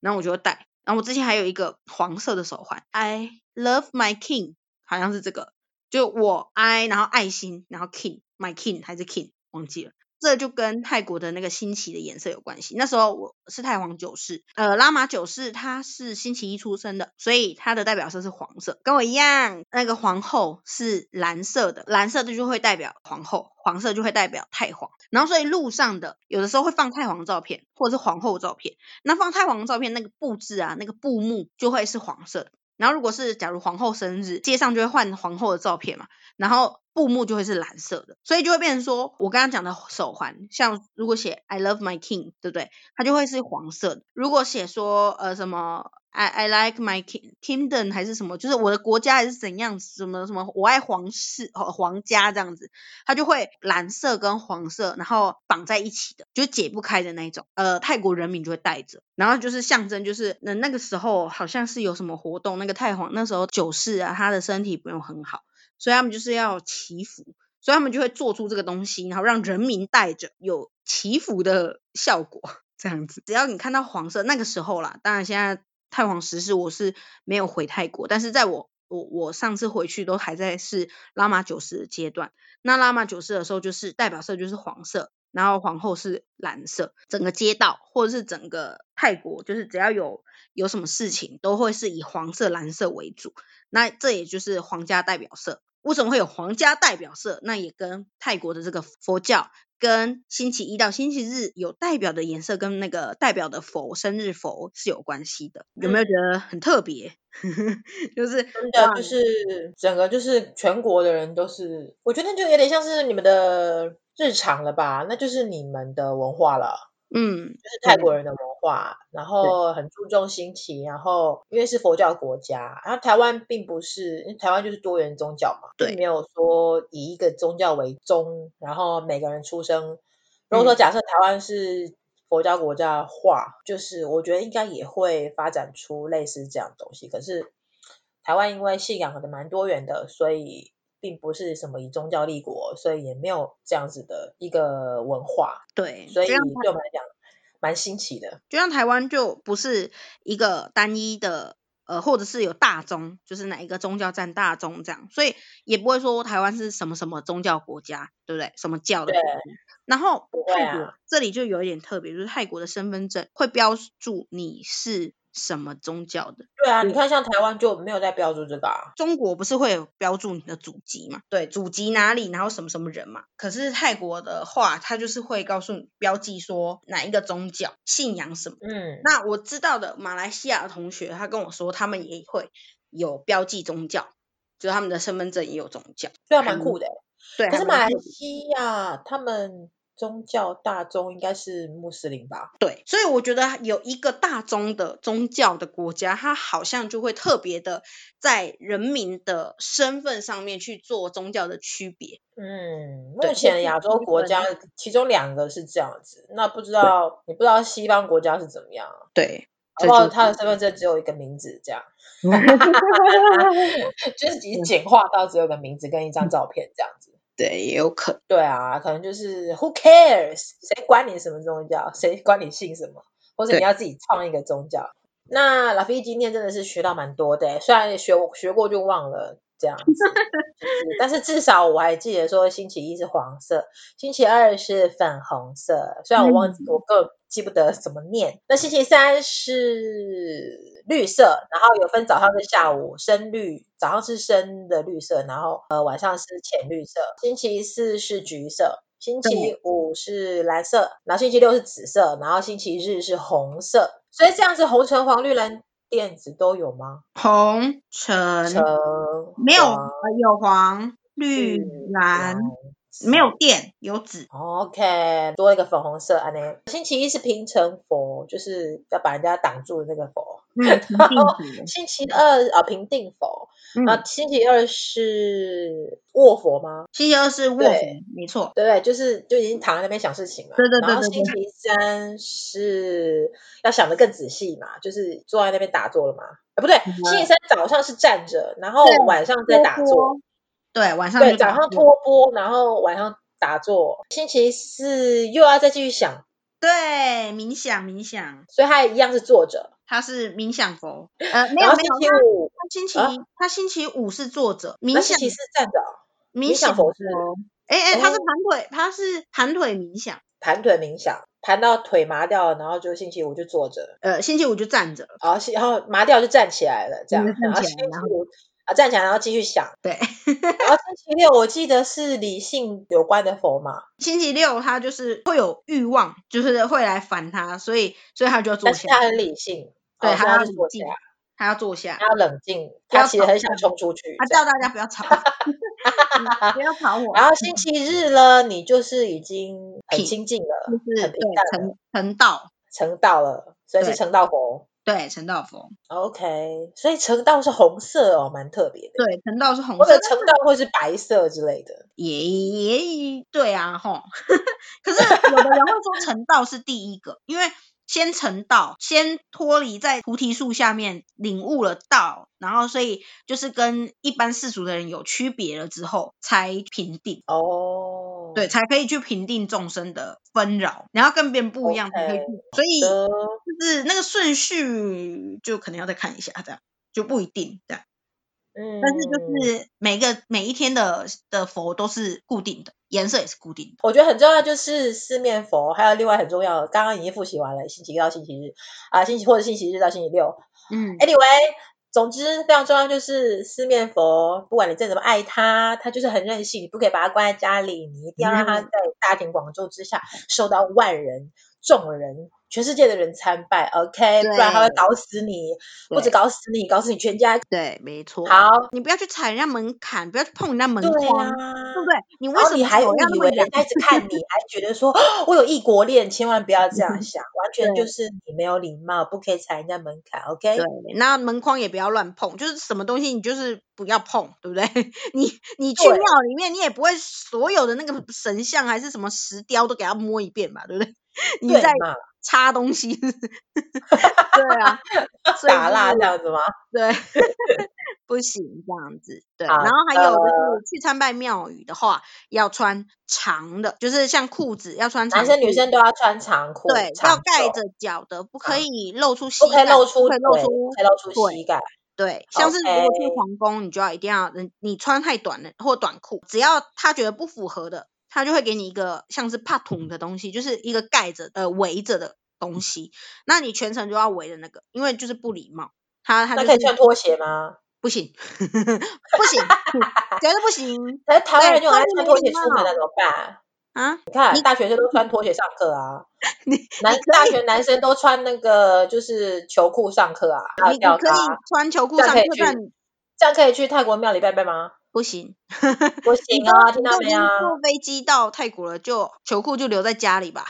Speaker 1: 然后我就会戴。然后我之前还有一个黄色的手环，I love my king，好像是这个，就我 I，然后爱心，然后 king，my king 还是 king，忘记了。这就跟泰国的那个星期的颜色有关系。那时候我是太皇九世，呃，拉玛九世他是星期一出生的，所以他的代表色是黄色，跟我一样。那个皇后是蓝色的，蓝色的就会代表皇后，黄色就会代表太皇。然后所以路上的有的时候会放太皇照片或者是皇后照片，那放太皇照片那个布置啊，那个布幕就会是黄色的。然后如果是假如皇后生日，街上就会换皇后的照片嘛，然后布幕就会是蓝色的，所以就会变成说我刚刚讲的手环，像如果写 I love my king，对不对？它就会是黄色的。如果写说呃什么 I I like my king kingdom 还是什么，就是我的国家还是怎样，什么什么我爱皇室哦皇家这样子，它就会蓝色跟黄色，然后绑在一起的，就解不开的那一种。呃，泰国人民就会戴着，然后就是象征，就是呃那那个时候好像是有什么活动，那个太皇那时候九世啊，他的身体不用很好，所以他们就是要祈福，所以他们就会做出这个东西，然后让人民戴着，有祈福的效果。这样子，只要你看到黄色，那个时候啦，当然现在太皇十世我是没有回泰国，但是在我我我上次回去都还在是拉玛九世的阶段。那拉玛九世的时候，就是代表色就是黄色，然后皇后是蓝色。整个街道或者是整个泰国，就是只要有有什么事情，都会是以黄色、蓝色为主。那这也就是皇家代表色。为什么会有皇家代表色？那也跟泰国的这个佛教跟星期一到星期日有代表的颜色跟那个代表的佛生日佛是有关系的。有
Speaker 2: 嗯
Speaker 1: 没有觉得很特别？ 就是
Speaker 2: 真的
Speaker 1: 哇
Speaker 2: 啊就是整个就是全国的人都是，我觉得就有点像是你们的日常了吧，那就是你们的文化了。
Speaker 1: 嗯，
Speaker 2: 就是泰
Speaker 1: 对
Speaker 2: 国人的文化，然后很注重新奇，然后因为是佛教国家，然后台湾并不是，因为台湾就是多元宗教嘛，
Speaker 1: 对
Speaker 2: 并没有说以一个宗教为宗，然后每个人出生。如果说
Speaker 1: 嗯
Speaker 2: 假设台湾是佛教国家的话，就是我觉得应该也会发展出类似这样的东西。可是台湾因为信仰的蛮多元的，所以并不是什么以宗教立国，所以也没有这样子的一个文化。
Speaker 1: 对，
Speaker 2: 所以
Speaker 1: 就像
Speaker 2: 对我们来讲蛮新奇的。
Speaker 1: 就像台湾就不是一个单一的，呃，或者是有大宗，就是哪一个宗教占大宗这样，所以也不会说台湾是什么什么宗教国家，对不对？什么教的国
Speaker 2: 对
Speaker 1: 家。然后
Speaker 2: 不会
Speaker 1: 泰
Speaker 2: 啊
Speaker 1: 国这里就有一点特别，就是泰国的身份证会标注你是什么宗教的。
Speaker 2: 对啊，
Speaker 1: 嗯
Speaker 2: 你看像台湾就没有在标注这个啊。
Speaker 1: 中国不是会有标注你的祖籍嘛？对，祖籍哪里，然后什么什么人嘛。可是泰国的话，它就是会告诉你标记说哪一个宗教、信仰什么。
Speaker 2: 嗯，
Speaker 1: 那我知道的马来西亚的同学，他跟我说他们也会有标记宗教，就是他们的身份证也有宗教，
Speaker 2: 虽然
Speaker 1: 还
Speaker 2: 蛮酷
Speaker 1: 蛮
Speaker 2: 的欸，
Speaker 1: 对，
Speaker 2: 可
Speaker 1: 还
Speaker 2: 是
Speaker 1: 蛮
Speaker 2: 马来
Speaker 1: 特别
Speaker 2: 西亚他们宗教大宗应该是穆斯林吧？
Speaker 1: 对，所以我觉得有一个大宗的宗教的国家，它好像就会特别的在人民的身份上面去做宗教的区别，
Speaker 2: 嗯，
Speaker 1: 对，
Speaker 2: 目
Speaker 1: 或
Speaker 2: 前
Speaker 1: 是
Speaker 2: 亚洲
Speaker 1: 区
Speaker 2: 国
Speaker 1: 分
Speaker 2: 家其中两个是这样子，那不知道你不知道西方国家是怎么样啊，
Speaker 1: 对，
Speaker 2: 搞
Speaker 1: 这
Speaker 2: 不
Speaker 1: 就
Speaker 2: 好
Speaker 1: 是
Speaker 2: 他的身份证只有一个名字这样， 就是已经
Speaker 1: 嗯
Speaker 2: 简化到只有个名字跟一张照片这样子。
Speaker 1: 对，也有可能。
Speaker 2: 对啊，可能就是 who cares，谁管你什么宗教，谁管你信什么，或者你
Speaker 1: 对
Speaker 2: 要自己创一个宗教。那老飞今天真的是学到蛮多的欸，虽然也学学过就忘了 这样子，就是但是至少我还记得说星期一是黄色，星期二是粉红色，虽然我忘记
Speaker 1: 嗯，
Speaker 2: 我根本记不得怎么念。那星期三是绿色，然后有分早上跟下午，深绿，早上是深的绿色，然后呃晚上是浅绿色。星期四是橘色，星期五是蓝色，然后星期六是紫色，然后星期日是红色。所以这样子红橙黄绿蓝靛紫都有吗？
Speaker 1: 红橙
Speaker 2: 橙
Speaker 1: 没有
Speaker 2: 黄
Speaker 1: 呃有黄绿蓝，没有靛有紫。
Speaker 2: OK，多一个粉红色，安呢。星期一是平成佛，就是要把人家挡住的那个佛。
Speaker 1: 嗯，平定
Speaker 2: 星期二啊、平定佛，
Speaker 1: 嗯，
Speaker 2: 然后星期二是卧佛吗？
Speaker 1: 星期二是卧佛
Speaker 2: 对，
Speaker 1: 没错。
Speaker 2: 对不对？就是就已经躺在那边想事情了。
Speaker 1: 对对对
Speaker 2: 然后
Speaker 1: 对
Speaker 2: 星期三是要想的更仔细嘛，就是坐在那边打坐了嘛。哎，不对，星期三早上是站着，然后
Speaker 1: 嗯对
Speaker 2: 晚上在打坐。
Speaker 1: 对，晚上
Speaker 2: 对，
Speaker 1: 就
Speaker 2: 早
Speaker 1: 打
Speaker 2: 上
Speaker 1: 坐
Speaker 2: 托钵，然后晚上打坐。星期四又要再继续想，
Speaker 1: 对冥想冥想，
Speaker 2: 所以他一样是坐着。
Speaker 1: 他是冥想 佛。呃，没
Speaker 2: 然
Speaker 1: 有
Speaker 2: 后
Speaker 1: 没
Speaker 2: 星
Speaker 1: 有，
Speaker 2: 期
Speaker 1: 他
Speaker 2: 五，
Speaker 1: 他星期
Speaker 2: 啊
Speaker 1: 他星期五是坐着冥
Speaker 2: 那
Speaker 1: 想
Speaker 2: 星期四站着哦，冥
Speaker 1: 想
Speaker 2: 想佛是
Speaker 1: 哎哎，他是
Speaker 2: 哦
Speaker 1: 盘腿，他是盘腿冥想。
Speaker 2: 盘腿冥想，盘到腿麻掉了，然后就星期五就坐着，
Speaker 1: 呃，星期五就站着了。
Speaker 2: 然后星然后麻掉就站起来了，这样，
Speaker 1: 嗯
Speaker 2: 然后
Speaker 1: 站
Speaker 2: 星
Speaker 1: 起来然
Speaker 2: 期五啊站起来，然后继续想，
Speaker 1: 对，
Speaker 2: 然后星期六我记得是理性有关的佛嘛，
Speaker 1: 星期六他就是会有欲望，就是会来烦他，所以所以他就要坐
Speaker 2: 但是
Speaker 1: 下，
Speaker 2: 他很理性，
Speaker 1: 对
Speaker 2: 哦所以
Speaker 1: 他要
Speaker 2: 他就
Speaker 1: 冷
Speaker 2: 坐
Speaker 1: 静
Speaker 2: 下，
Speaker 1: 他要坐下，
Speaker 2: 他要冷静，
Speaker 1: 他要
Speaker 2: 他其实
Speaker 1: 吵
Speaker 2: 很想
Speaker 1: 架
Speaker 2: 冲出去，
Speaker 1: 他
Speaker 2: 这样
Speaker 1: 叫大家不要吵， 嗯不要吵我，
Speaker 2: 然后星期日呢，你就是已经很
Speaker 1: 平
Speaker 2: 清净
Speaker 1: 就
Speaker 2: 了，
Speaker 1: 是
Speaker 2: 很平
Speaker 1: 对
Speaker 2: 淡了，
Speaker 1: 成成道，
Speaker 2: 成道了，所以是
Speaker 1: 对
Speaker 2: 成道佛。
Speaker 1: 对成道佛，
Speaker 2: OK，所以成道是红色哦，蛮特别的。
Speaker 1: 对成道是红
Speaker 2: 或
Speaker 1: 色
Speaker 2: 者，成道会是白色之类的。
Speaker 1: 也也对啊吼， 可是有的人会说成道是第一个，因为先成道，先脱离在菩提树下面领悟了道，然后所以就是跟一般世俗的人有区别了之后，才平定，
Speaker 2: 哦，
Speaker 1: 对，才可以去平定众生的纷扰，然后跟别人不一样才可以去
Speaker 2: OK，
Speaker 1: 所以
Speaker 2: 的
Speaker 1: 就是那个顺序就可能要再看一下，这样就不一定这样。
Speaker 2: 嗯，
Speaker 1: 但是就是每个每一天的的佛都是固定的，颜色也是固定的。
Speaker 2: 我觉得很重要就是四面佛，还有另外很重要的，刚刚已经复习完了，星期一到星期日啊，星期或者星期日到星期六。
Speaker 1: 嗯，
Speaker 2: 哎 Anyway，总之非常重要就是四面佛，不管你再怎么爱他，他就是很任性，你不可以把他关在家里，你一定要让他
Speaker 1: 嗯
Speaker 2: 在大庭广众之下受到万人、众人、全世界的人参拜，OK，不然他会
Speaker 1: 对
Speaker 2: 搞死你，不
Speaker 1: 对
Speaker 2: 止搞死你，搞死你全家。
Speaker 1: 对，没错。
Speaker 2: 好，
Speaker 1: 你不要去踩人家门槛，不要去碰人家门
Speaker 2: 对啊
Speaker 1: 框，
Speaker 2: 呀、
Speaker 1: 对不对？你为
Speaker 2: 然后
Speaker 1: 什
Speaker 2: 你
Speaker 1: 么
Speaker 2: 还
Speaker 1: 手
Speaker 2: 误
Speaker 1: 要那
Speaker 2: 以
Speaker 1: 么
Speaker 2: 为人
Speaker 1: 痒？
Speaker 2: 家一直 看你，还觉得说哦我有异国恋，千万不要这样想，完全
Speaker 1: 嗯
Speaker 2: 就
Speaker 1: 对
Speaker 2: 是你没有礼貌，不可以踩人家门槛
Speaker 1: 对
Speaker 2: ，OK？，
Speaker 1: 那门框也不要乱碰，就是什么东西你就是不要碰，对不对？ 你你去
Speaker 2: 对
Speaker 1: 庙里面，你也不会所有的那个神像还是什么石雕都给它摸一遍吧，对不对？ 你
Speaker 2: 对
Speaker 1: 在
Speaker 2: 嘛，
Speaker 1: 插东西， 对啊，所以
Speaker 2: 打
Speaker 1: 就
Speaker 2: 蜡
Speaker 1: 是
Speaker 2: 这样子吗？
Speaker 1: 对， 不行这样子。对，
Speaker 2: 好
Speaker 1: 然后还有
Speaker 2: 的呃
Speaker 1: 就是去参拜庙宇的话，要穿长的，就是像裤子要穿
Speaker 2: 男
Speaker 1: 长
Speaker 2: 生女
Speaker 1: 裤
Speaker 2: 生都要穿长裤，
Speaker 1: 对，要
Speaker 2: 长
Speaker 1: 盖
Speaker 2: 袖
Speaker 1: 着脚的，不
Speaker 2: 啊
Speaker 1: 可以露出膝
Speaker 2: 不可
Speaker 1: 盖，
Speaker 2: 以露出
Speaker 1: 不可
Speaker 2: 腿，
Speaker 1: 以露
Speaker 2: 不
Speaker 1: 出
Speaker 2: 可以露出
Speaker 1: 对
Speaker 2: 膝盖。
Speaker 1: 对，像是如果去
Speaker 2: OK，
Speaker 1: 皇宫，你就要一定要人，你穿太短了或短裤，只要他觉得不符合的，他就会给你一个像是帕筒的东西，就是一个盖着呃围着的东西，那你全程就要围着那个，因为就是不礼貌，他他
Speaker 2: 那
Speaker 1: 就
Speaker 2: 可
Speaker 1: 是
Speaker 2: 以穿拖鞋吗？
Speaker 1: 不行，不行，绝对不行，
Speaker 2: 可是台湾
Speaker 1: 对
Speaker 2: 人就
Speaker 1: 穿
Speaker 2: 很爱
Speaker 1: 就
Speaker 2: 穿
Speaker 1: 没
Speaker 2: 拖
Speaker 1: 礼
Speaker 2: 鞋出门
Speaker 1: 貌
Speaker 2: 了，怎么办？
Speaker 1: 啊！
Speaker 2: 你看
Speaker 1: 你
Speaker 2: 大学生都穿拖鞋上课啊，
Speaker 1: 你你
Speaker 2: 男
Speaker 1: 可
Speaker 2: 大
Speaker 1: 以
Speaker 2: 学男生都穿那个就是球裤上课啊，
Speaker 1: 你
Speaker 2: 还有
Speaker 1: 你
Speaker 2: 吊
Speaker 1: 可以
Speaker 2: 嘎，
Speaker 1: 穿球裤
Speaker 2: 这样
Speaker 1: 上
Speaker 2: 可
Speaker 1: 课
Speaker 2: 以，去
Speaker 1: 但
Speaker 2: 这样可以去泰国庙里拜拜吗？
Speaker 1: 不行，
Speaker 2: 不
Speaker 1: 你
Speaker 2: 行
Speaker 1: 都
Speaker 2: 啊，听
Speaker 1: 你都
Speaker 2: 到
Speaker 1: 已
Speaker 2: 没
Speaker 1: 经
Speaker 2: 啊？
Speaker 1: 坐飞机到泰国了，就球裤就留在家里 吧。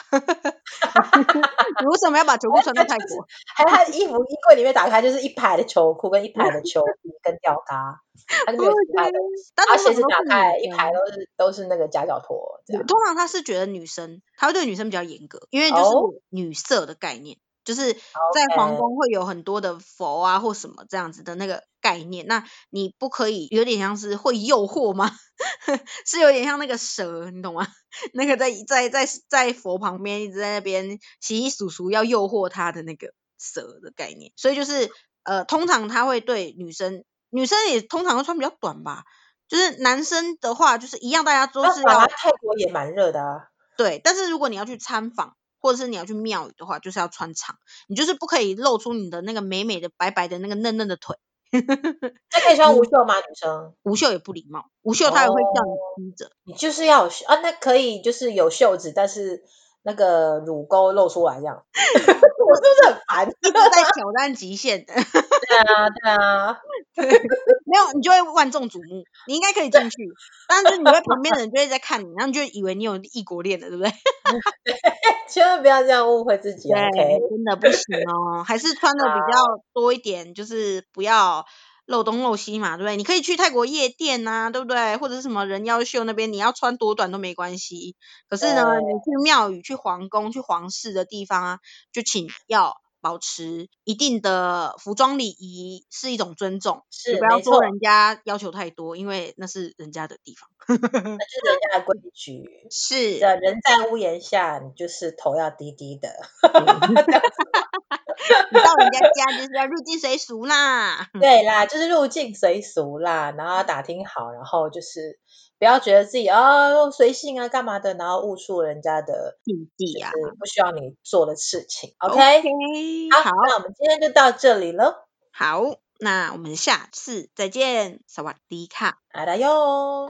Speaker 1: 你为什么要把球裤穿到
Speaker 2: 那
Speaker 1: 泰
Speaker 2: 就是
Speaker 1: 国？
Speaker 2: 还有他的衣服衣柜里面打开就是一排的球裤跟一排的 球衣跟吊嘎，他就
Speaker 1: 不
Speaker 2: 没有其他的。
Speaker 1: 行， 但
Speaker 2: 然后
Speaker 1: 通
Speaker 2: 鞋
Speaker 1: 常
Speaker 2: 子
Speaker 1: 都
Speaker 2: 打
Speaker 1: 是
Speaker 2: 开
Speaker 1: 女
Speaker 2: 一排
Speaker 1: 生。
Speaker 2: 都是都是那个夹脚拖这样。
Speaker 1: 通常他是觉得女生，他会对女生比较严格，因为就是
Speaker 2: 哦
Speaker 1: 女色的概念，就是在皇
Speaker 2: ，OK，
Speaker 1: 宫会有很多的佛啊或什么这样子的那个概念，那你不可以有点像是会诱惑吗？ 是有点像那个蛇，你懂吗？那个在在在在佛旁边一直在那边洗洗簌簌要诱惑他的那个蛇的概念，所以就是呃，通常他会对女生，女生也通常会穿比较短吧。就是男生的话，就是一样，大家都
Speaker 2: 那
Speaker 1: 是
Speaker 2: 本来
Speaker 1: 要
Speaker 2: 泰国也蛮热的啊。
Speaker 1: 对，但是如果你要去参访或者是你要去庙宇的话，就是要穿长，你就是不可以露出你的那个美美的、白白的那个嫩嫩的腿。
Speaker 2: 那可以穿
Speaker 1: 嗯
Speaker 2: 无袖吗？女生，
Speaker 1: 无袖也不礼貌，无袖他也会叫你披着。
Speaker 2: 你就是要有袖啊，那可以就是有袖子，但是那个乳沟露出来 这样，我是不是很烦？
Speaker 1: 一直在挑战极限，
Speaker 2: 对啊，对啊，
Speaker 1: 没有你就会万众瞩目，你应该可以进去，但是你会旁边的人就会在看你，然后你就以为你有异国恋了，对不对？
Speaker 2: 千万不要这样误会自己，OK？
Speaker 1: 对，真的不行哦，还是穿的比较多一点，就是不要露东露西嘛，对不对？你可以去泰国夜店呐、对不对？或者是什么人妖秀那边，你要穿多短都没关系。可是呢，
Speaker 2: 对
Speaker 1: 你去庙宇、去皇宫、去皇室的地方啊，就请要保持一定的服装礼仪，是一种尊重。
Speaker 2: 是
Speaker 1: 你不要
Speaker 2: 没错，
Speaker 1: 说人家要求太多，因为那是人家的地方。
Speaker 2: 那就是人家的规矩。
Speaker 1: 是
Speaker 2: 对，啊人在屋檐下，你就是头要低低的。
Speaker 1: 你到人家家就是要入境随俗啦。
Speaker 2: 对啦，就是入境随俗啦，然后要打听好，然后就是不要觉得自己哦随性啊干嘛的，然后误触人家的
Speaker 1: 禁忌啊呀
Speaker 2: 就是不需要你做的事情。OK，, 好，
Speaker 1: 好
Speaker 2: 那我们今天就到这里了，
Speaker 1: 好，那我们下次再见，สวัสดีค่ะ。
Speaker 2: 阿达哟。